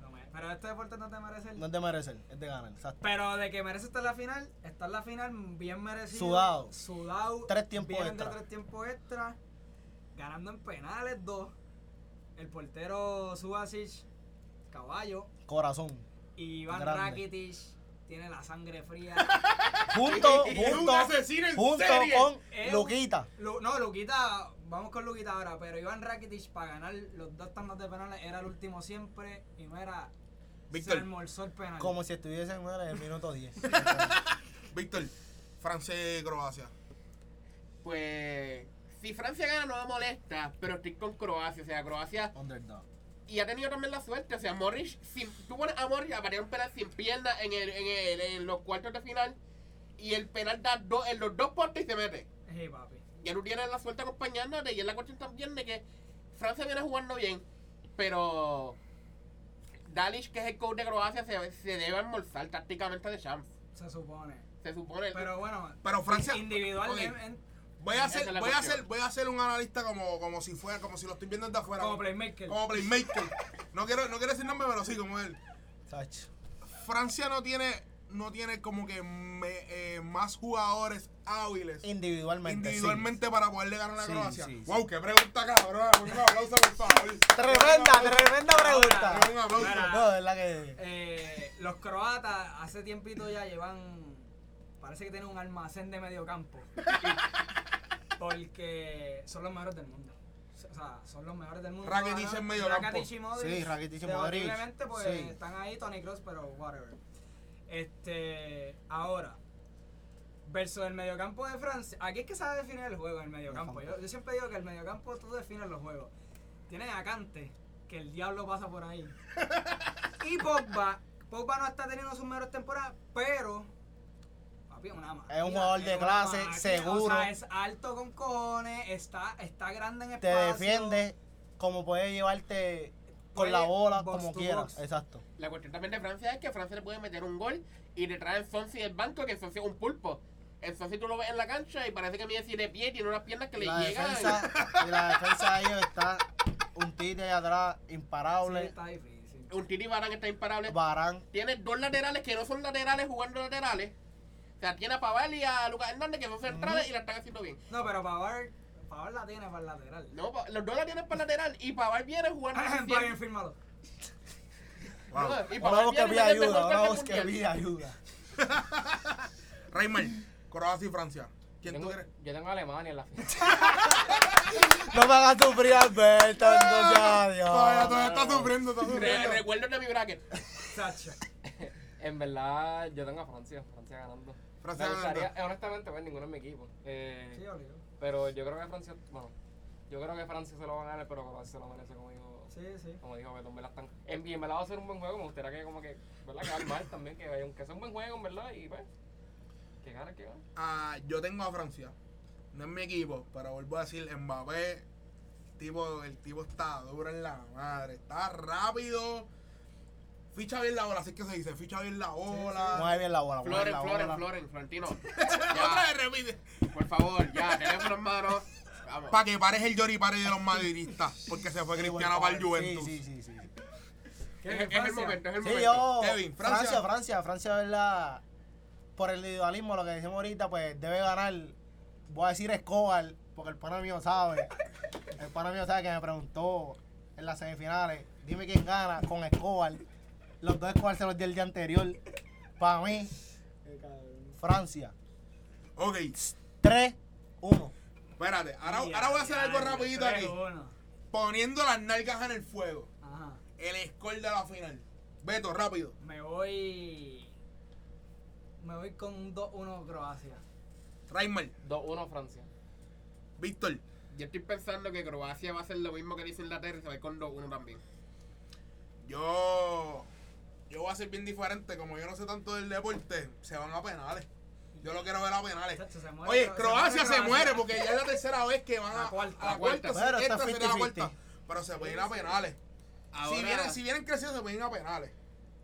[SPEAKER 4] Lo mere- Pero este deporte no te merece el.
[SPEAKER 2] No te mereces, es de ganar. exacto.
[SPEAKER 4] Pero de que merece estar en la final, estar en la final bien merecido.
[SPEAKER 2] Sudado.
[SPEAKER 4] Sudado.
[SPEAKER 2] Tres tiempos
[SPEAKER 4] bien
[SPEAKER 2] extra.
[SPEAKER 4] De tres tiempos extra. Ganando en penales dos. El portero Subasic, caballo.
[SPEAKER 2] Corazón.
[SPEAKER 4] Y Iván
[SPEAKER 2] Grande.
[SPEAKER 4] Rakitic tiene la sangre fría.
[SPEAKER 2] Junto,
[SPEAKER 1] Es un
[SPEAKER 2] junto,
[SPEAKER 1] asesino en
[SPEAKER 2] junto
[SPEAKER 1] serie.
[SPEAKER 2] con
[SPEAKER 4] Es Eh, un-
[SPEAKER 2] Luquita.
[SPEAKER 4] Lu- no, Luquita, vamos con Luquita ahora, pero Iván Rakitic para ganar los dos tandas de penales era el último siempre y mira,
[SPEAKER 1] Víctor.
[SPEAKER 4] se almorzó el penal.
[SPEAKER 2] Como si estuviese en el minuto 10.
[SPEAKER 1] Víctor, Francia y Croacia.
[SPEAKER 3] Pues. Si Francia gana, no me molesta, pero estoy con Croacia. O sea, Croacia.
[SPEAKER 2] Underdog.
[SPEAKER 3] Y ha tenido también la suerte. O sea, Morris. Sin, tú pones a Morris a patear un penal sin pierna en, el, en, el, en los cuartos de final. Y el penal da dos, en los dos postes y se mete.
[SPEAKER 4] Sí, papi.
[SPEAKER 3] ya tú tienes la suerte acompañándote y es la cuestión también de que Francia viene jugando bien, pero Dalish, que es el coach de Croacia, se, se debe almorzar tácticamente de Champs.
[SPEAKER 4] Se supone.
[SPEAKER 3] Se supone.
[SPEAKER 4] Pero bueno,
[SPEAKER 1] Pero Francia-
[SPEAKER 4] individualmente,
[SPEAKER 1] ok.
[SPEAKER 4] en-
[SPEAKER 1] Voy a
[SPEAKER 3] Esa es
[SPEAKER 1] hacer,
[SPEAKER 3] la
[SPEAKER 1] voy a
[SPEAKER 3] cuestión.
[SPEAKER 1] hacer, voy a hacer un analista como, como si fuera, como si lo estoy viendo desde afuera.
[SPEAKER 4] como playmaker.
[SPEAKER 1] Como playmaker. No quiero, no quiero decir nombre, pero sí, como él.
[SPEAKER 2] Sacho.
[SPEAKER 1] Francia no tiene, no tiene como que me- eh, más jugadores hábiles
[SPEAKER 2] Individualmente. sí.
[SPEAKER 1] individualmente para poderle ganar a
[SPEAKER 2] Sí,
[SPEAKER 1] Croacia.
[SPEAKER 2] sí, sí.
[SPEAKER 1] wow, qué pregunta, cabrón. Un aplauso, por favor.
[SPEAKER 2] Tremenda,
[SPEAKER 1] Un aplauso.
[SPEAKER 2] tremenda pregunta.
[SPEAKER 1] Un aplauso.
[SPEAKER 4] Ahora,
[SPEAKER 2] No, de verdad que.
[SPEAKER 4] Eh, los croatas hace tiempito ya llevan. Parece que tienen un almacén de medio campo. Porque son los mejores del mundo. O sea, son los mejores del mundo.
[SPEAKER 1] Rakitic
[SPEAKER 4] Ahora,
[SPEAKER 1] en medio campo.
[SPEAKER 4] Rakitic y Modric.
[SPEAKER 2] Sí, Rakitic y Modric.
[SPEAKER 4] debatiblemente, pues
[SPEAKER 2] Sí.
[SPEAKER 4] están ahí Tony Cross, pero whatever. Este. Ahora. Verso del mediocampo de Francia. Aquí es que sabe definir el juego, el mediocampo. Yo, yo siempre digo que el mediocampo tú defines los juegos. Tienes a Kante, que el diablo pasa por ahí. Y Pogba, Pogba no está teniendo sus mejores temporadas, pero papi, es una máquina,
[SPEAKER 2] Es un jugador de clase,
[SPEAKER 4] máquina,
[SPEAKER 2] seguro.
[SPEAKER 4] O sea, es alto con cojones, está, está grande en
[SPEAKER 2] Te
[SPEAKER 4] espacio.
[SPEAKER 2] defiende como puede llevarte con la bola,
[SPEAKER 4] Pues, box
[SPEAKER 2] como
[SPEAKER 4] to
[SPEAKER 2] quiera.
[SPEAKER 4] box.
[SPEAKER 2] Exacto.
[SPEAKER 3] La cuestión también de Francia es que Francia le puede meter un gol y le traen Fonsi del banco, que Fonsi es un pulpo. El Fonsi tú lo ves en la cancha y parece que mide 7 pies, tiene unas piernas que le
[SPEAKER 2] La
[SPEAKER 3] llegan.
[SPEAKER 2] defensa, y la defensa ahí está un tite ahí atrás,
[SPEAKER 4] Sí,
[SPEAKER 2] imparable.
[SPEAKER 4] está difícil.
[SPEAKER 3] Un Titi Barán está imparable.
[SPEAKER 2] Barán.
[SPEAKER 3] Tiene dos laterales que no son laterales jugando laterales. O sea, tiene a Pavel y a Lucas Hernández que son centrales y la están haciendo bien.
[SPEAKER 4] No, pero Pavar, Pavar la tiene para el lateral.
[SPEAKER 3] No, pa- los dos la tienen para lateral y Pavel viene jugando.
[SPEAKER 4] Ah, Brian, fírmalo.
[SPEAKER 3] No,
[SPEAKER 1] Wow.
[SPEAKER 3] y
[SPEAKER 2] Una
[SPEAKER 3] Pavel
[SPEAKER 2] voz que
[SPEAKER 3] viene
[SPEAKER 2] pide
[SPEAKER 3] y es el mejor
[SPEAKER 2] ayuda, una
[SPEAKER 3] del
[SPEAKER 2] voz que
[SPEAKER 3] mundial.
[SPEAKER 2] pide ayuda.
[SPEAKER 1] Raymar, Croacia y Francia. ¿Quién
[SPEAKER 5] Tengo-
[SPEAKER 1] tú crees?
[SPEAKER 5] yo tengo a Alemania en la final.
[SPEAKER 2] No me hagas sufrir, Alberto,
[SPEAKER 4] Ah.
[SPEAKER 2] entonces
[SPEAKER 1] Todavía,
[SPEAKER 2] adiós.
[SPEAKER 1] todavía está sufriendo, está
[SPEAKER 3] Re-
[SPEAKER 1] sufriendo.
[SPEAKER 3] Recuerdo de mi bracket.
[SPEAKER 4] Sacha.
[SPEAKER 5] En verdad, yo tengo a Francia, Francia ganando.
[SPEAKER 1] Francia
[SPEAKER 5] Me gustaría,
[SPEAKER 1] ganando.
[SPEAKER 5] eh, honestamente, ver ninguno en mi equipo. Eh,
[SPEAKER 4] Sí, obligado.
[SPEAKER 5] pero yo creo que Francia, bueno, yo creo que Francia se lo va a ganar, pero Croacia se lo merece, como dijo,
[SPEAKER 4] Sí, sí.
[SPEAKER 5] como dijo Beto, en verdad están. En, y en verdad va a ser un buen juego, me gustaría que como que, ¿verdad? Que al mal también, que aunque sea un buen juego, en verdad, y pues, que gane, que gane.
[SPEAKER 1] Ah, yo tengo a Francia. No es mi equipo, pero vuelvo a decir, Mbappé, tipo, el tipo está duro en la madre, está rápido. Ficha bien la bola, así es que se dice, ficha bien la bola.
[SPEAKER 2] Mueve bien la bola, mueve
[SPEAKER 3] Floren,
[SPEAKER 2] la
[SPEAKER 3] Floren,
[SPEAKER 2] bola.
[SPEAKER 3] Floren, Florentino.
[SPEAKER 1] Otra
[SPEAKER 3] Ya,
[SPEAKER 1] vez repite.
[SPEAKER 3] por favor, ya, teléfono en mano. Vamos.
[SPEAKER 1] Para que pares el lloripare de los madridistas, porque se fue Cristiano para el Juventus.
[SPEAKER 2] Sí, sí, sí. sí.
[SPEAKER 4] ¿Qué,
[SPEAKER 3] Es, es el
[SPEAKER 4] Francia?
[SPEAKER 3] momento, es el
[SPEAKER 2] Sí,
[SPEAKER 3] momento.
[SPEAKER 2] yo.
[SPEAKER 1] Kevin, Francia.
[SPEAKER 2] Francia, Francia, Francia, ¿verdad? Por el individualismo, lo que decimos ahorita, pues debe ganar. Voy a decir Escobar, porque el pana mío sabe. El pana mío sabe que me preguntó en las semifinales. Dime quién gana con Escobar. Los dos Escobar se los di el día anterior. Para mí, Francia.
[SPEAKER 1] Ok,
[SPEAKER 2] 3-1.
[SPEAKER 1] espérate, ahora, ahora voy a hacer algo
[SPEAKER 4] Ay,
[SPEAKER 1] rapidito
[SPEAKER 4] tres,
[SPEAKER 1] aquí.
[SPEAKER 4] uno.
[SPEAKER 1] Poniendo las nalgas en el fuego.
[SPEAKER 4] Ajá.
[SPEAKER 1] El score de la final. Beto, rápido.
[SPEAKER 4] Me voy. Me voy con un 2-1 Croacia.
[SPEAKER 1] Raymar,
[SPEAKER 5] 2-1 Francia.
[SPEAKER 1] Víctor.
[SPEAKER 3] Yo estoy pensando que Croacia va a hacer lo mismo que le hizo Inglaterra y se va a ir con 2-1 también.
[SPEAKER 1] Yo. Yo voy a ser bien diferente. Como yo no sé tanto del deporte, se van a penales. Yo lo quiero ver a penales.
[SPEAKER 4] Chacho, se muere
[SPEAKER 1] Oye,
[SPEAKER 4] Cro- se
[SPEAKER 1] Croacia
[SPEAKER 4] muere
[SPEAKER 1] se muere
[SPEAKER 4] Croacia.
[SPEAKER 1] porque ya es la tercera vez que van a.
[SPEAKER 4] La cuarta.
[SPEAKER 1] a la cuarta.
[SPEAKER 2] cuarta. Pero
[SPEAKER 1] sí,
[SPEAKER 2] está
[SPEAKER 1] esta será la
[SPEAKER 2] 50-50.
[SPEAKER 1] cuarta. Pero se pueden ir a penales.
[SPEAKER 3] Ahora,
[SPEAKER 1] Si, vienen, si vienen crecidos, se pueden ir a penales.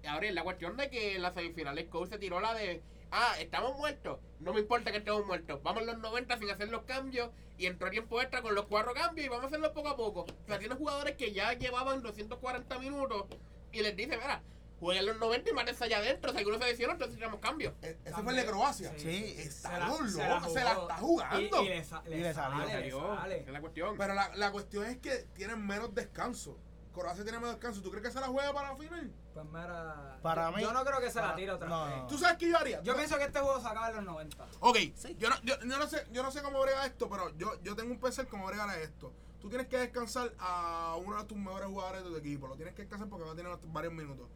[SPEAKER 3] ahora es la cuestión de que en las semifinales Cole se tiró la de. Ah, estamos muertos. No me importa que estemos muertos. Vamos a los 90 sin hacer los cambios y entró a tiempo extra con los cuatro cambios y vamos a hacerlo poco a poco. O sea, tiene jugadores que ya llevaban 240 minutos y les dice, mira, jueguen los 90 y maten allá adentro. Si algunos se lesionó, entonces tiramos cambios.
[SPEAKER 1] E- Ese fue el de Croacia.
[SPEAKER 2] Sí,
[SPEAKER 1] está un loco, se la
[SPEAKER 4] jugó.
[SPEAKER 1] está jugando.
[SPEAKER 4] Y, y le, sa- le
[SPEAKER 2] Y le salió,
[SPEAKER 4] sale,
[SPEAKER 2] le
[SPEAKER 4] le
[SPEAKER 3] Adiós,
[SPEAKER 4] sale.
[SPEAKER 3] esa es la cuestión.
[SPEAKER 1] Pero la, la cuestión es que tienen menos descanso. Croacia tiene menos descanso. ¿Tú crees que se la juega para la final?
[SPEAKER 4] Pues mira.
[SPEAKER 2] Para
[SPEAKER 4] yo,
[SPEAKER 2] mí-
[SPEAKER 4] Yo no creo que se la
[SPEAKER 2] para-
[SPEAKER 4] tire otra
[SPEAKER 2] no,
[SPEAKER 4] vez.
[SPEAKER 2] no.
[SPEAKER 1] ¿Tú sabes qué yo haría?
[SPEAKER 4] Yo
[SPEAKER 1] ¿Tú-
[SPEAKER 4] pienso que este juego se acaba en los 90.
[SPEAKER 1] Ok,
[SPEAKER 2] Sí.
[SPEAKER 1] yo, no, yo, yo no sé, yo no sé cómo bregar esto, pero yo, yo tengo un pensar cómo bregar esto. Tú tienes que descansar a uno de tus mejores jugadores de tu equipo. Lo tienes que descansar porque va a tener varios minutos.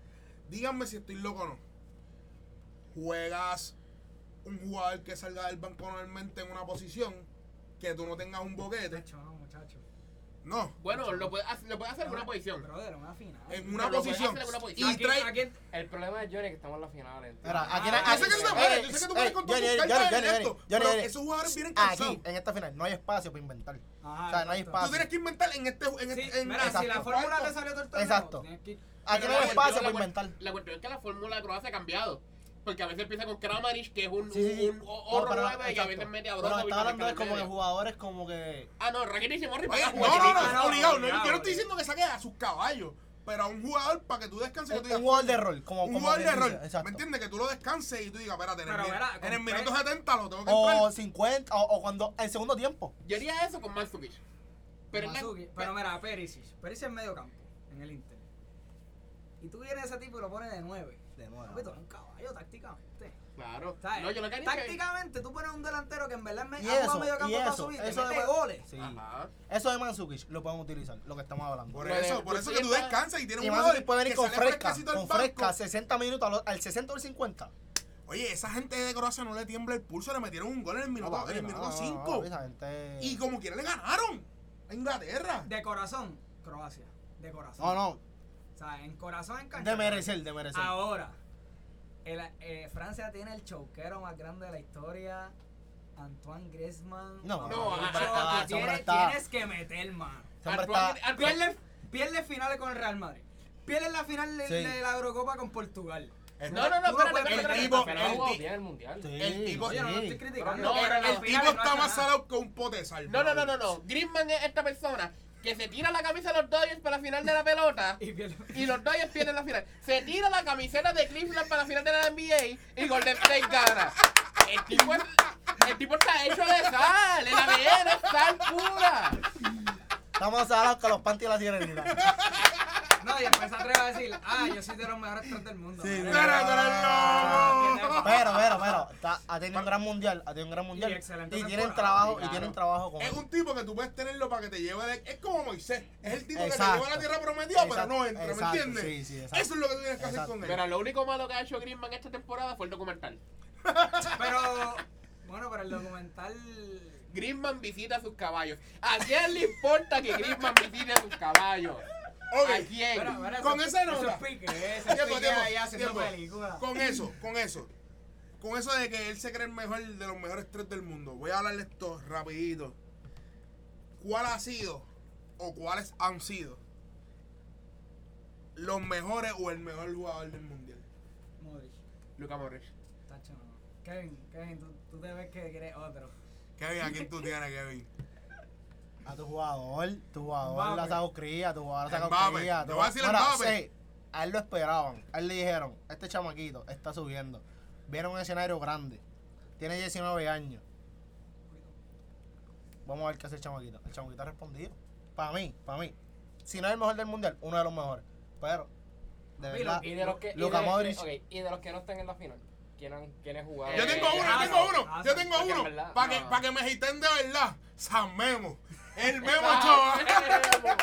[SPEAKER 1] Díganme si estoy loco o no. Juegas un jugador que salga del banco normalmente en una posición que tú no tengas un boquete.
[SPEAKER 4] Muchacho, no, muchacho.
[SPEAKER 1] No,
[SPEAKER 3] Bueno, lo puede, hacer- lo puede hacer en una
[SPEAKER 4] Una-
[SPEAKER 3] posición.
[SPEAKER 4] Brother, una final.
[SPEAKER 1] en una
[SPEAKER 3] Pero lo puedes
[SPEAKER 1] posición.
[SPEAKER 3] hacer en una posición.
[SPEAKER 1] Y trae.
[SPEAKER 4] Aquí- aquí-
[SPEAKER 5] El problema de Johnny es que estamos en la final. ¿entiendes?
[SPEAKER 2] Mira, aquí
[SPEAKER 4] Ah,
[SPEAKER 2] aquí-
[SPEAKER 1] Yo sé que tú te mueres, yo sé que tú mueres con
[SPEAKER 2] Ey,
[SPEAKER 1] todas tus
[SPEAKER 2] Johnny,
[SPEAKER 1] cartas
[SPEAKER 2] Johnny,
[SPEAKER 1] en
[SPEAKER 2] Johnny,
[SPEAKER 1] esto,
[SPEAKER 2] Johnny,
[SPEAKER 1] pero
[SPEAKER 2] Johnny, Johnny.
[SPEAKER 1] esos jugadores vienen cansados.
[SPEAKER 2] Aquí, en esta final, no hay espacio para inventar.
[SPEAKER 4] Ajá,
[SPEAKER 2] O sea, no hay
[SPEAKER 4] exacto.
[SPEAKER 2] espacio.
[SPEAKER 1] Tú tienes que inventar en este. En
[SPEAKER 4] eh, Sí,
[SPEAKER 1] este en-
[SPEAKER 4] mira, si la
[SPEAKER 2] exacto.
[SPEAKER 4] fórmula te salió todo el torneo,
[SPEAKER 2] Exacto.
[SPEAKER 4] tienes que ir-
[SPEAKER 2] Aquí
[SPEAKER 3] Pero
[SPEAKER 2] Ah, no hay
[SPEAKER 3] la cuestión-
[SPEAKER 2] espacio
[SPEAKER 3] la
[SPEAKER 2] para
[SPEAKER 3] cuest-
[SPEAKER 2] inventar.
[SPEAKER 3] La cuestión es que la fórmula de Croacia ha cambiado. Porque a veces empieza con Kramaric, que es un,
[SPEAKER 2] Sí, sí, sí.
[SPEAKER 3] un, un horror
[SPEAKER 2] No, pero-
[SPEAKER 3] nueve, y a
[SPEAKER 2] exacto.
[SPEAKER 3] veces mete a
[SPEAKER 2] Pero
[SPEAKER 3] Brozovic
[SPEAKER 2] está
[SPEAKER 3] para
[SPEAKER 2] hablando de
[SPEAKER 3] sacar
[SPEAKER 2] como de
[SPEAKER 3] medio.
[SPEAKER 2] jugadores como que...
[SPEAKER 3] Ah, no, Rakitic y Morris.
[SPEAKER 1] Oye,
[SPEAKER 3] van
[SPEAKER 1] no,
[SPEAKER 3] a jugar
[SPEAKER 1] no,
[SPEAKER 4] Ah,
[SPEAKER 3] chiquitos.
[SPEAKER 1] no, obligado.
[SPEAKER 4] no,
[SPEAKER 1] no, yo no
[SPEAKER 4] obligado,
[SPEAKER 1] estoy diciendo que saques a sus caballos, pero a un jugador para que tú descanses. que
[SPEAKER 2] Un
[SPEAKER 1] tú digas,
[SPEAKER 2] un jugador de rol. Como,
[SPEAKER 1] Un
[SPEAKER 2] como
[SPEAKER 1] jugador de
[SPEAKER 2] quien dice,
[SPEAKER 1] error. ¿Me
[SPEAKER 2] Exacto.
[SPEAKER 1] entiendes? Que tú lo descanses y tú digas, espérate, en el,
[SPEAKER 4] Pero
[SPEAKER 1] min-
[SPEAKER 4] mira,
[SPEAKER 1] en
[SPEAKER 4] con
[SPEAKER 1] el minuto
[SPEAKER 4] Pe-
[SPEAKER 1] 70 lo tengo que
[SPEAKER 2] O
[SPEAKER 1] entrar.
[SPEAKER 2] 50, o, o cuando... El segundo tiempo.
[SPEAKER 3] Yo haría eso con Mansukic. Pero, es la-
[SPEAKER 4] Masuki, pero mira, Perisic. Perisic en medio campo, en el Inter. Y tú vienes a ese tipo y lo pones de 9.
[SPEAKER 2] De nuevo.
[SPEAKER 4] Papi, tú eres un caballo tácticamente.
[SPEAKER 3] Claro.
[SPEAKER 4] ¿Sabes?
[SPEAKER 3] No, yo lo que haría es que-
[SPEAKER 4] tácticamente, tú pones un delantero que en verdad me
[SPEAKER 2] Y
[SPEAKER 4] ha
[SPEAKER 2] eso,
[SPEAKER 4] jugado medio
[SPEAKER 2] y
[SPEAKER 4] campo para
[SPEAKER 2] eso,
[SPEAKER 4] subir. Eso
[SPEAKER 2] eso
[SPEAKER 4] mete
[SPEAKER 2] de
[SPEAKER 4] goles.
[SPEAKER 2] Sí.
[SPEAKER 3] Ajá.
[SPEAKER 2] Eso de Mansukic lo podemos utilizar, lo que estamos hablando.
[SPEAKER 1] Por
[SPEAKER 3] Pues,
[SPEAKER 1] eso, por
[SPEAKER 3] tú
[SPEAKER 1] eso que tú
[SPEAKER 3] sientas-
[SPEAKER 1] descansas y tienes
[SPEAKER 2] y
[SPEAKER 1] un jugador
[SPEAKER 2] Mansukic puede venir
[SPEAKER 1] que
[SPEAKER 2] con
[SPEAKER 1] sale
[SPEAKER 2] fresca,
[SPEAKER 1] fresquecito del
[SPEAKER 2] con
[SPEAKER 1] banco.
[SPEAKER 2] fresca, 60 minutos, a lo- al 60 o el 50.
[SPEAKER 1] Oye, esa gente de Croacia no le tiembla el pulso, le metieron un gol en el
[SPEAKER 2] No,
[SPEAKER 1] minuto
[SPEAKER 2] papi,
[SPEAKER 1] 5.
[SPEAKER 2] no, no, no, esa gente-
[SPEAKER 1] y como quiera le ganaron a Inglaterra.
[SPEAKER 4] De corazón, Croacia. De corazón.
[SPEAKER 2] No, no,
[SPEAKER 4] O sea, en corazón, en cancha.
[SPEAKER 2] de merecer, de merecer.
[SPEAKER 4] Ahora, el- eh, Francia tiene el choquero más grande de la historia. Antoine Griezmann.
[SPEAKER 2] No,
[SPEAKER 4] Papi,
[SPEAKER 3] no,
[SPEAKER 4] macho,
[SPEAKER 3] ah, ah,
[SPEAKER 4] tú
[SPEAKER 2] ese hombre
[SPEAKER 4] tienes,
[SPEAKER 2] está-
[SPEAKER 4] tienes que meter mano.
[SPEAKER 2] Ese hombre
[SPEAKER 3] Antoine-
[SPEAKER 2] está-
[SPEAKER 3] Antoine Le-
[SPEAKER 4] Pierde finales con el Real Madrid. Pierde la final de,
[SPEAKER 2] Sí.
[SPEAKER 4] de la Eurocopa con Portugal.
[SPEAKER 3] No, no, no,
[SPEAKER 4] Tú no
[SPEAKER 3] espérate,
[SPEAKER 4] puedes
[SPEAKER 3] espérate,
[SPEAKER 4] perder.
[SPEAKER 3] espérate.
[SPEAKER 1] tipo-
[SPEAKER 5] Pero
[SPEAKER 1] el
[SPEAKER 5] ha jugado
[SPEAKER 1] ti-
[SPEAKER 5] bien el mundial.
[SPEAKER 2] Sí,
[SPEAKER 1] el tipo-
[SPEAKER 4] Oye, no, no estoy criticando.
[SPEAKER 5] No,
[SPEAKER 4] pero
[SPEAKER 3] pero
[SPEAKER 4] en las
[SPEAKER 3] el
[SPEAKER 1] El
[SPEAKER 4] finales
[SPEAKER 1] tipo está
[SPEAKER 4] no hace
[SPEAKER 1] más
[SPEAKER 4] nada.
[SPEAKER 1] salado que un pote de sal.
[SPEAKER 3] No, no, no, no, no. Griezmann es esta persona que se tira la camisa de los Dodgers para la final de la pelota.
[SPEAKER 4] Y pierde.
[SPEAKER 3] Y los Dodgers pierden la final. Se tira la camiseta de Cleveland para la final de la NBA y Golden State gana. El tipo, es- el tipo está hecho de sal. El ADN es sal pura.
[SPEAKER 2] Estamos salados que los panties la sirenita.
[SPEAKER 4] No, y después se atreve a decir, ah, yo soy de los mejores tres del mundo.
[SPEAKER 2] Sí,
[SPEAKER 1] Tú
[SPEAKER 4] Madre
[SPEAKER 1] eres-
[SPEAKER 4] mía.
[SPEAKER 1] tú eres
[SPEAKER 5] Ah,
[SPEAKER 1] loco.
[SPEAKER 2] Pero, pero, pero, está- ha tenido un gran mundial, ha tenido un gran mundial.
[SPEAKER 4] Y excelente
[SPEAKER 2] Y tienen
[SPEAKER 4] temporada,
[SPEAKER 2] trabajo, y
[SPEAKER 4] claro.
[SPEAKER 2] tienen trabajo con
[SPEAKER 1] Es
[SPEAKER 2] él.
[SPEAKER 1] un tipo que tú puedes tenerlo para que te lleve de- Es como Moisés. Es el tipo
[SPEAKER 2] Exacto.
[SPEAKER 1] que te lleva a la tierra prometida, pero
[SPEAKER 2] Exacto,
[SPEAKER 1] no entra,
[SPEAKER 2] exacto,
[SPEAKER 1] ¿me entiendes?
[SPEAKER 2] sí, sí, exacto.
[SPEAKER 1] Eso es lo que tú tienes que hacer
[SPEAKER 2] Exacto.
[SPEAKER 1] con él.
[SPEAKER 3] Pero lo único malo que ha hecho Griezmann esta temporada fue el documental.
[SPEAKER 4] Pero, bueno, pero el documental.
[SPEAKER 3] Griezmann visita a sus caballos. ¿A quién le importa que Griezmann visite a sus caballos?
[SPEAKER 1] Ok.
[SPEAKER 3] ¿A quién?
[SPEAKER 4] Pero, pero
[SPEAKER 1] Con
[SPEAKER 4] eso-
[SPEAKER 1] esa
[SPEAKER 4] eso
[SPEAKER 1] nota.
[SPEAKER 4] es pique, ese es
[SPEAKER 1] Tiempo,
[SPEAKER 4] pique
[SPEAKER 1] tiempo,
[SPEAKER 4] ahí haciendo
[SPEAKER 1] tiempo.
[SPEAKER 4] películas.
[SPEAKER 1] Con eso, con eso. Con eso de que él se cree el mejor de los mejores tres del mundo. Voy a hablarle esto rapidito. ¿Cuál ha sido o cuáles han sido los mejores o el mejor jugador del mundial?
[SPEAKER 4] Modric,
[SPEAKER 3] Luca Morris.
[SPEAKER 4] tacho, no. Kevin, Kevin, tú, tú te ves que quieres otro.
[SPEAKER 1] Kevin, ¿a quién tú tienes, Kevin?
[SPEAKER 2] A tu jugador, tu jugador
[SPEAKER 4] Mbappé.
[SPEAKER 2] la sacó cría, tu jugador la sacó
[SPEAKER 1] Mbappé.
[SPEAKER 2] cría.
[SPEAKER 1] Te
[SPEAKER 2] tu-
[SPEAKER 1] voy a decir
[SPEAKER 2] Mira,
[SPEAKER 1] Mbappé.
[SPEAKER 2] sí, a él lo esperaban, a él le dijeron, este chamaquito está subiendo. Vieron un escenario grande, tiene 19 años. Vamos a ver qué hace el chamaquito. El chamaquito ha respondido. Para mí, para mí. Si no es el mejor del mundial, uno de los mejores. Pero, de
[SPEAKER 4] Papi, lo-
[SPEAKER 2] verdad,
[SPEAKER 5] Y de los que, y
[SPEAKER 2] Luka
[SPEAKER 5] de-
[SPEAKER 2] Modric.
[SPEAKER 5] ok, y de los que no están en la final, ¿quién han, quiénes jugaron? ah,
[SPEAKER 1] Yo
[SPEAKER 3] Eh,
[SPEAKER 1] tengo uno, yo
[SPEAKER 4] Hazard,
[SPEAKER 1] tengo uno, yo
[SPEAKER 4] Hazard,
[SPEAKER 1] tengo
[SPEAKER 5] porque en
[SPEAKER 1] uno.
[SPEAKER 5] verdad,
[SPEAKER 1] Para que,
[SPEAKER 3] no.
[SPEAKER 1] pa' que me agiten de verdad. San Memo. El Memo
[SPEAKER 3] Ah,
[SPEAKER 1] chaval.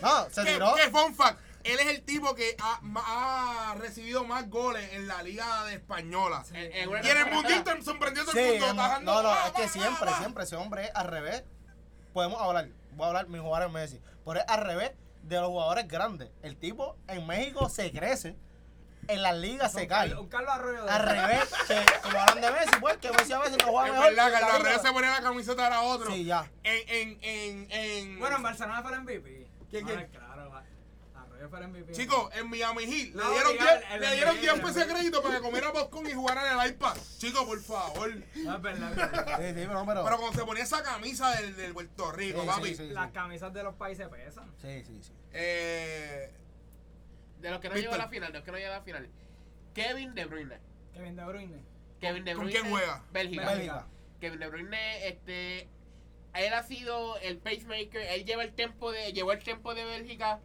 [SPEAKER 2] No, se
[SPEAKER 1] que,
[SPEAKER 2] tiró.
[SPEAKER 1] que fun fact, él es el tipo que ha, ma- ha recibido más goles en la liga de española.
[SPEAKER 4] Sí.
[SPEAKER 3] en- en una
[SPEAKER 1] Y en el
[SPEAKER 3] temporada.
[SPEAKER 1] mundito sorprendiendo
[SPEAKER 2] Sí,
[SPEAKER 1] el mundo, ah,
[SPEAKER 2] no,
[SPEAKER 1] tajando,
[SPEAKER 2] no, no,
[SPEAKER 1] va,
[SPEAKER 2] es que
[SPEAKER 1] va,
[SPEAKER 2] siempre,
[SPEAKER 1] va, va.
[SPEAKER 2] siempre ese hombre es al revés. Podemos hablar, voy a hablar, mi jugador es Messi, pero es al revés de los jugadores grandes. El tipo en México se crece, en las ligas se
[SPEAKER 4] Un
[SPEAKER 2] cae.
[SPEAKER 4] Carlos- Un Carlos Arroyo de
[SPEAKER 2] Al revés, que como hablan de Messi, pues que Messi a veces no juega
[SPEAKER 1] Es
[SPEAKER 2] mejor.
[SPEAKER 1] verdad que
[SPEAKER 2] que
[SPEAKER 1] el
[SPEAKER 2] la
[SPEAKER 1] Larrea
[SPEAKER 2] liga.
[SPEAKER 1] se ponía la camiseta era otro.
[SPEAKER 2] Sí, ya.
[SPEAKER 1] En, en, en, en...
[SPEAKER 4] Bueno, en Barcelona fue el MVP.
[SPEAKER 1] ¿Quién,
[SPEAKER 4] Ah,
[SPEAKER 1] quién?
[SPEAKER 4] Claro, va. Arroyo fue el MVP.
[SPEAKER 1] Chicos, en Miami Heat le
[SPEAKER 4] No,
[SPEAKER 1] dieron,
[SPEAKER 4] diga,
[SPEAKER 1] 10
[SPEAKER 4] el-
[SPEAKER 1] le
[SPEAKER 4] el-
[SPEAKER 1] dieron
[SPEAKER 4] el-
[SPEAKER 1] 10
[SPEAKER 4] el-
[SPEAKER 1] pesos de crédito para que comiera popcorn y jugara en el iPad. Chicos, por favor.
[SPEAKER 4] No, Ah, es verdad, es verdad.
[SPEAKER 2] Sí, sí, pero,
[SPEAKER 1] Pero cuando se ponía esa camisa del, del Puerto Rico,
[SPEAKER 2] Sí,
[SPEAKER 1] papi.
[SPEAKER 2] sí, sí.
[SPEAKER 4] Las camisas de los países pesan.
[SPEAKER 2] Sí, sí, sí.
[SPEAKER 1] Eh,
[SPEAKER 3] De los que no
[SPEAKER 1] Víctor.
[SPEAKER 3] llegó a la final, de los que no llegó a la final. Kevin De Bruyne.
[SPEAKER 4] Kevin De Bruyne.
[SPEAKER 3] Kevin De
[SPEAKER 1] ¿Con
[SPEAKER 3] Bruyne.
[SPEAKER 1] quién juega?
[SPEAKER 3] Bélgica.
[SPEAKER 2] Bélgica.
[SPEAKER 3] Kevin De Bruyne, este. Él ha sido el pacemaker. Él lleva el tiempo de, llevó el tiempo de Bélgica.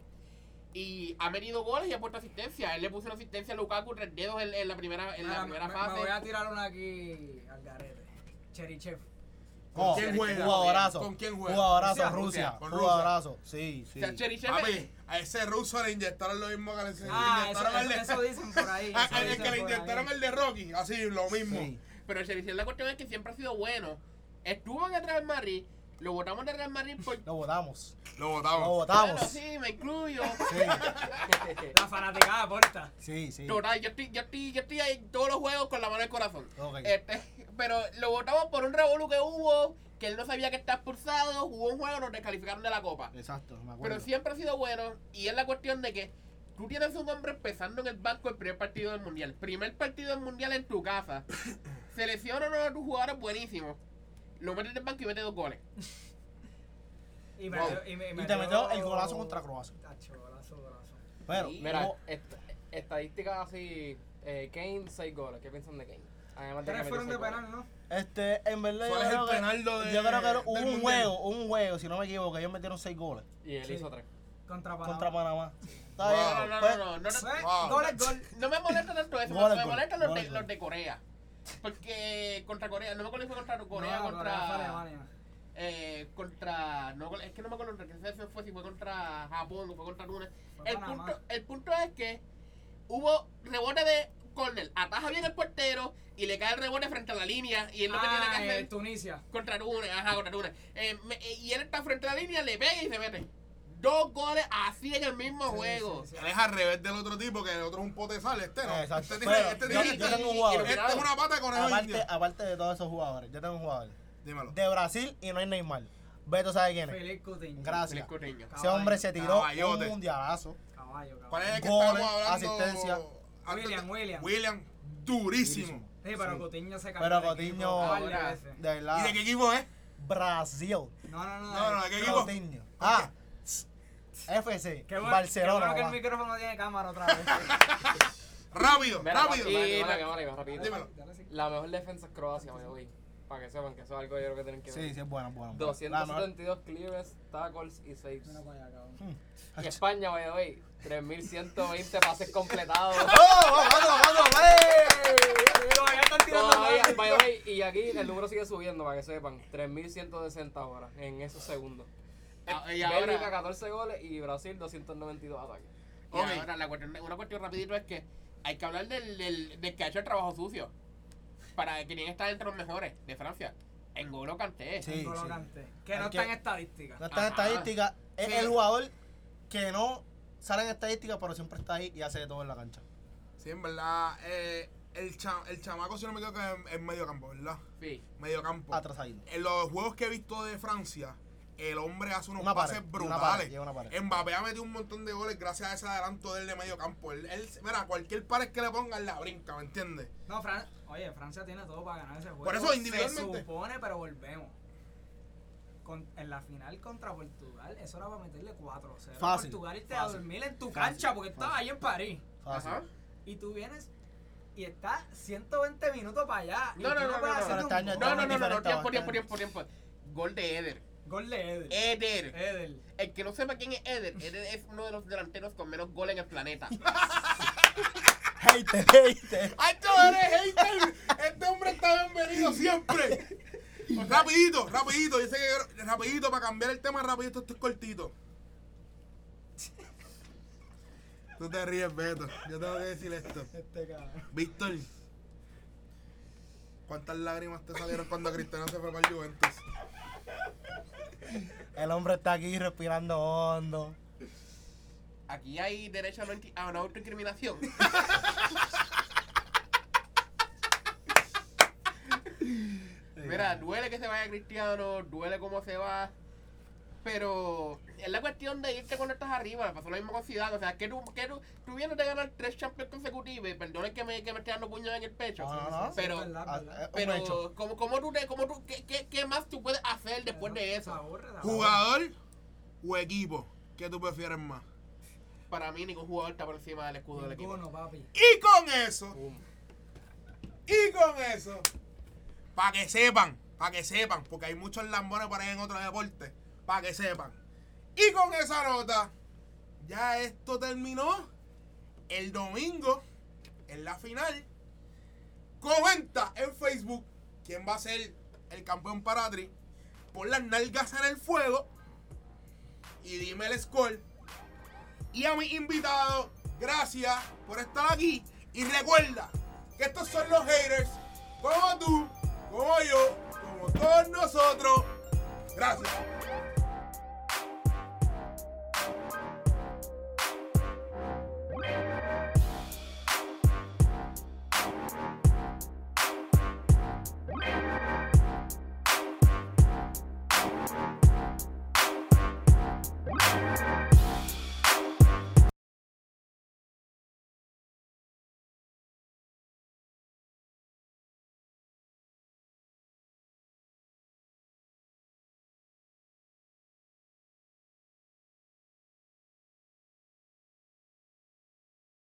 [SPEAKER 3] Y ha metido goles y ha puesto asistencia. Él le puso una asistencia a Lukaku tres dedos en, en la primera, en
[SPEAKER 4] Ahora,
[SPEAKER 3] la primera
[SPEAKER 4] Ah, me, me
[SPEAKER 3] fase.
[SPEAKER 4] voy a tirar una aquí al garete. Cherichev.
[SPEAKER 2] Oh,
[SPEAKER 1] quién juega?
[SPEAKER 2] Jugadorazo.
[SPEAKER 1] ¿Con quién juega?
[SPEAKER 2] Jugadorazo,
[SPEAKER 4] Rusia,
[SPEAKER 2] Rusia.
[SPEAKER 1] Rusia, con Rusia.
[SPEAKER 2] Jugadorazo, sí,
[SPEAKER 3] O
[SPEAKER 2] sí.
[SPEAKER 3] sea, Cherichev-
[SPEAKER 1] Papi, a ese ruso le inyectaron lo mismo que le,
[SPEAKER 4] Ah,
[SPEAKER 1] le
[SPEAKER 4] eso,
[SPEAKER 1] inyectaron al
[SPEAKER 4] eso-
[SPEAKER 1] de-
[SPEAKER 4] eso dicen por ahí.
[SPEAKER 1] a-
[SPEAKER 4] eso
[SPEAKER 2] Ah,
[SPEAKER 1] al-
[SPEAKER 4] dicen
[SPEAKER 1] que le
[SPEAKER 4] por
[SPEAKER 1] inyectaron
[SPEAKER 4] ahí.
[SPEAKER 1] el de Rocky, así, lo mismo.
[SPEAKER 2] Sí.
[SPEAKER 3] Pero Cherichev, la cuestión es que siempre ha sido bueno. Estuvo en el Real Madrid. Lo votamos del Real Madrid por.
[SPEAKER 2] Lo votamos.
[SPEAKER 1] Lo
[SPEAKER 2] Lo
[SPEAKER 1] votamos.
[SPEAKER 2] votamos.
[SPEAKER 3] Bueno, sí, me incluyo.
[SPEAKER 4] La fanaticada aporta.
[SPEAKER 2] Sí, sí.
[SPEAKER 3] Total, yo estoy, yo estoy, yo estoy ahí en todos los juegos con la mano del corazón.
[SPEAKER 2] Ok.
[SPEAKER 1] Eh,
[SPEAKER 3] Este, pero lo votamos por un revolú que hubo, que él no sabía que está expulsado, jugó un juego, nos descalificaron de la copa.
[SPEAKER 2] Exacto, me acuerdo.
[SPEAKER 3] Pero siempre ha sido bueno, y es la cuestión de que tú tienes un hombre empezando en el banco el primer partido del mundial. Primer partido del mundial en tu casa. Selecciona uno de tus jugadores buenísimos. Lo metes en el banco y mete dos goles.
[SPEAKER 4] Y,
[SPEAKER 1] Wow.
[SPEAKER 4] metió- y, me-
[SPEAKER 2] Y te metió el golazo contra Croacia.
[SPEAKER 4] Tacho, golazo, golazo.
[SPEAKER 2] Pero, oh,
[SPEAKER 5] Mira,
[SPEAKER 2] como-
[SPEAKER 5] est- estadísticas así, eh, Kane, 6 goles. ¿Qué piensan de Kane? Además que
[SPEAKER 4] Tres
[SPEAKER 5] metió
[SPEAKER 4] fueron de
[SPEAKER 5] seis goles.
[SPEAKER 4] penal, ¿no?
[SPEAKER 2] Este, en verdad, yo
[SPEAKER 1] ¿Cuál es el
[SPEAKER 2] creo,
[SPEAKER 1] penaldo
[SPEAKER 2] que,
[SPEAKER 1] de-
[SPEAKER 2] yo creo que hubo
[SPEAKER 1] del
[SPEAKER 2] un
[SPEAKER 1] mundial?
[SPEAKER 2] juego, un juego, si no me equivoco, ellos metieron seis goles
[SPEAKER 5] Y él
[SPEAKER 4] Sí.
[SPEAKER 5] hizo 3.
[SPEAKER 4] Contra Panamá.
[SPEAKER 2] contra Panamá. Está
[SPEAKER 1] Wow.
[SPEAKER 2] bien,
[SPEAKER 3] No, no, no,
[SPEAKER 2] pues,
[SPEAKER 3] no, no, no, no.
[SPEAKER 4] Fue
[SPEAKER 1] Wow.
[SPEAKER 4] Gol es gol.
[SPEAKER 3] No me molesta tanto eso,
[SPEAKER 2] Goles,
[SPEAKER 3] me
[SPEAKER 2] goles,
[SPEAKER 3] molestan los, de,
[SPEAKER 2] goles,
[SPEAKER 3] los de Corea. Porque contra Corea, no me acuerdo si fue contra Corea,
[SPEAKER 4] No,
[SPEAKER 3] contra.
[SPEAKER 4] fue Alemania.
[SPEAKER 3] eh, contra. No, es que no me acuerdo contra qué selección fue, si fue contra Japón o fue contra Luna.
[SPEAKER 4] Fue
[SPEAKER 3] El
[SPEAKER 4] Panamá.
[SPEAKER 3] punto, el punto es que hubo rebote de córner. Ataja bien el portero y le cae el rebote frente a la línea. Y es lo que
[SPEAKER 4] Ah,
[SPEAKER 3] tiene que
[SPEAKER 4] eh,
[SPEAKER 3] hacer
[SPEAKER 4] Tunisia.
[SPEAKER 3] contra Túnez, ajá, contra Túnez. Eh, me- eh, y él está frente a la línea, le pega y se mete. Dos goles así en el mismo
[SPEAKER 4] Sí,
[SPEAKER 3] juego.
[SPEAKER 4] sí, sí.
[SPEAKER 1] Él es al revés del otro tipo, que el otro es un pote de sal, este no.
[SPEAKER 2] eh, Exacto.
[SPEAKER 1] Este
[SPEAKER 2] Pero
[SPEAKER 1] tiene, este
[SPEAKER 2] yo-
[SPEAKER 1] tiene-
[SPEAKER 2] yo tengo un
[SPEAKER 3] y-
[SPEAKER 2] jugador.
[SPEAKER 3] y-
[SPEAKER 1] este es una pata con el
[SPEAKER 2] aparte,
[SPEAKER 1] indio.
[SPEAKER 2] aparte de todos esos jugadores, yo tengo un jugador
[SPEAKER 1] Dímelo.
[SPEAKER 2] de Brasil y no hay Neymar. Beto sabe quién es.
[SPEAKER 4] Feliz Coutinho.
[SPEAKER 2] Gracias.
[SPEAKER 3] Feliz Coutinho.
[SPEAKER 2] Ese hombre se tiró
[SPEAKER 1] Caballote.
[SPEAKER 2] un mundialazo.
[SPEAKER 4] Caballo, caballo.
[SPEAKER 1] ¿Cuál es el que
[SPEAKER 2] Goles,
[SPEAKER 1] estábamos hablando?
[SPEAKER 2] asistencia.
[SPEAKER 1] antes de-
[SPEAKER 4] William, William.
[SPEAKER 1] William, durísimo.
[SPEAKER 2] Durísimo.
[SPEAKER 4] Sí, pero
[SPEAKER 2] Sí.
[SPEAKER 4] Coutinho se
[SPEAKER 2] Pero
[SPEAKER 4] cambió de
[SPEAKER 2] Coutinho-
[SPEAKER 4] equipo un par de
[SPEAKER 3] Ahora-
[SPEAKER 4] veces.
[SPEAKER 2] De verdad.
[SPEAKER 1] ¿Y de qué equipo es?
[SPEAKER 2] Brasil.
[SPEAKER 4] No, no, no.
[SPEAKER 1] No, no, ¿de qué equipo?
[SPEAKER 2] Coutinho. Ah. FC.
[SPEAKER 4] Qué bueno,
[SPEAKER 2] Barcelona.
[SPEAKER 4] Qué bueno que el
[SPEAKER 2] papá.
[SPEAKER 4] micrófono tiene cámara otra vez.
[SPEAKER 1] Rápido,
[SPEAKER 5] Mira,
[SPEAKER 1] rápido.
[SPEAKER 5] papi,
[SPEAKER 1] Y-
[SPEAKER 5] vale, vale, vale, vale, rapidito.
[SPEAKER 1] Dímelo.
[SPEAKER 4] Dale así.
[SPEAKER 5] La mejor defensa es Croacia, me voy. Para que sepan que eso es algo yo creo que tienen que ver.
[SPEAKER 2] Sí, sí, es buena, buena. buena. La mejor-
[SPEAKER 5] 272 cleaves, tackles y saves.
[SPEAKER 4] No, coño, cabrón.
[SPEAKER 2] Hmm.
[SPEAKER 5] Y España, by the way, 3120 pases completados.
[SPEAKER 2] ¡Oh, vamos, vamos, eh!
[SPEAKER 4] Todavía están tirando
[SPEAKER 5] Todavía,
[SPEAKER 4] mal.
[SPEAKER 5] by the way, y aquí el número sigue subiendo para que sepan. 3160 ahora, en esos segundos.
[SPEAKER 3] Ah, y ahora-
[SPEAKER 5] Eh, Bélgica 14 goles y Brasil 292 ataques.
[SPEAKER 3] Y
[SPEAKER 1] Ok.
[SPEAKER 3] ahora, la cuestión- una cuestión rapidito es que hay que hablar del, del, del que ha hecho el trabajo sucio. Para que quién está entre los mejores de Francia. En Golo Kanté.
[SPEAKER 2] Sí,
[SPEAKER 4] Golo
[SPEAKER 2] sí.
[SPEAKER 4] Kanté, Que
[SPEAKER 2] Hay
[SPEAKER 4] no
[SPEAKER 2] que-
[SPEAKER 4] está en estadística.
[SPEAKER 2] No está en
[SPEAKER 3] Ajá.
[SPEAKER 2] estadística. Es
[SPEAKER 3] Sí.
[SPEAKER 2] el jugador que no sale en estadística, pero siempre está ahí y hace de todo en la cancha.
[SPEAKER 1] Sí, en verdad, eh, el, cha- el chamaco, si no me equivoco, es, es medio campo, ¿verdad?
[SPEAKER 3] Sí.
[SPEAKER 1] Medio campo.
[SPEAKER 2] Atrasadito.
[SPEAKER 1] En los juegos que he visto de Francia, el hombre hace unos
[SPEAKER 2] Una pared,
[SPEAKER 1] pases
[SPEAKER 2] una
[SPEAKER 1] brutales.
[SPEAKER 2] pared, lleva una pared.
[SPEAKER 1] Mbappé ha metido un montón de goles gracias a ese adelanto de él de medio campo. Él, él- mira, cualquier pared que le pongan la brinca, ¿me entiendes?
[SPEAKER 4] No, Fran... Oye, Francia tiene todo para ganar ese juego.
[SPEAKER 1] Por eso, individualmente.
[SPEAKER 4] Se supone, pero volvemos. Con- en la final contra Portugal, eso era para meterle 4 0
[SPEAKER 2] Fácil,
[SPEAKER 4] Portugal irte a
[SPEAKER 2] fácil,
[SPEAKER 4] dormir en tu
[SPEAKER 2] fácil,
[SPEAKER 4] cancha porque
[SPEAKER 2] fácil.
[SPEAKER 4] estaba ahí en París.
[SPEAKER 2] Fácil.
[SPEAKER 3] Ajá.
[SPEAKER 4] Y tú vienes y estás 120 minutos para allá. y
[SPEAKER 3] No,
[SPEAKER 4] tú
[SPEAKER 3] no, no, no, no.
[SPEAKER 4] puedes hacer
[SPEAKER 2] Pero
[SPEAKER 4] un
[SPEAKER 2] este año
[SPEAKER 3] No,
[SPEAKER 4] gol.
[SPEAKER 3] no,
[SPEAKER 2] Estamos
[SPEAKER 3] no, no, no,
[SPEAKER 2] diferentes,
[SPEAKER 3] tiempo, tiempo,
[SPEAKER 2] bastante.
[SPEAKER 3] tiempo, tiempo. Gol de Eder.
[SPEAKER 4] Gol de Eder.
[SPEAKER 2] Eh.
[SPEAKER 3] Eder.
[SPEAKER 4] Eder.
[SPEAKER 3] El que no sepa quién es Eder, Eder es uno de los delanteros con menos goles en el planeta.
[SPEAKER 2] Hater, hater.
[SPEAKER 1] ¡Alto eres hater! Este hombre está bienvenido siempre. Pues rapidito, rapidito. Yo sé que rapidito, para cambiar el tema rapidito, esto es cortito. Tú te ríes, Beto. Yo tengo que decir esto.
[SPEAKER 4] Este cabrón.
[SPEAKER 1] Víctor, ¿cuántas lágrimas te salieron cuando Cristiano se fue para el Juventus?
[SPEAKER 2] El hombre está aquí respirando hondo.
[SPEAKER 3] Aquí hay derecho a, no inti- a una autoincriminación. Mira, duele que se vaya Cristiano, duele cómo se va. Pero es la cuestión de irte cuando estás arriba, me pasó lo mismo con Zidane, O sea, que tú, que tú, tú vienes de ganar tres Champions consecutivos, y perdonen que me, que me esté dando puños en el pecho.
[SPEAKER 2] No, no, no.
[SPEAKER 4] Sí,
[SPEAKER 3] Pero,
[SPEAKER 4] es verdad,
[SPEAKER 2] Ah,
[SPEAKER 4] verdad.
[SPEAKER 2] eh, un hecho.
[SPEAKER 3] pero ¿cómo, cómo tú, te- cómo tú, qué, qué- qué más tú puedes hacer después de
[SPEAKER 4] Se
[SPEAKER 3] eso?
[SPEAKER 4] aburre, se aburre.
[SPEAKER 1] ¿Jugador o equipo? ¿Qué tú prefieres más?
[SPEAKER 3] Para mí, ningún jugador está por encima del escudo del equipo.
[SPEAKER 4] Ninguno, papi.
[SPEAKER 1] Y con eso,
[SPEAKER 5] Boom.
[SPEAKER 1] y con eso, para que sepan, para que sepan, porque hay muchos lambones por ahí en otros deportes, para que sepan. Y con esa nota, ya esto terminó. El domingo, en la final, comenta en Facebook quién va a ser el campeón para Tri. Pon las nalgas en el fuego y dime el score. Y a mis invitados, gracias por estar aquí. Y recuerda que estos son los haters, como tú, como yo, como todos nosotros. Gracias.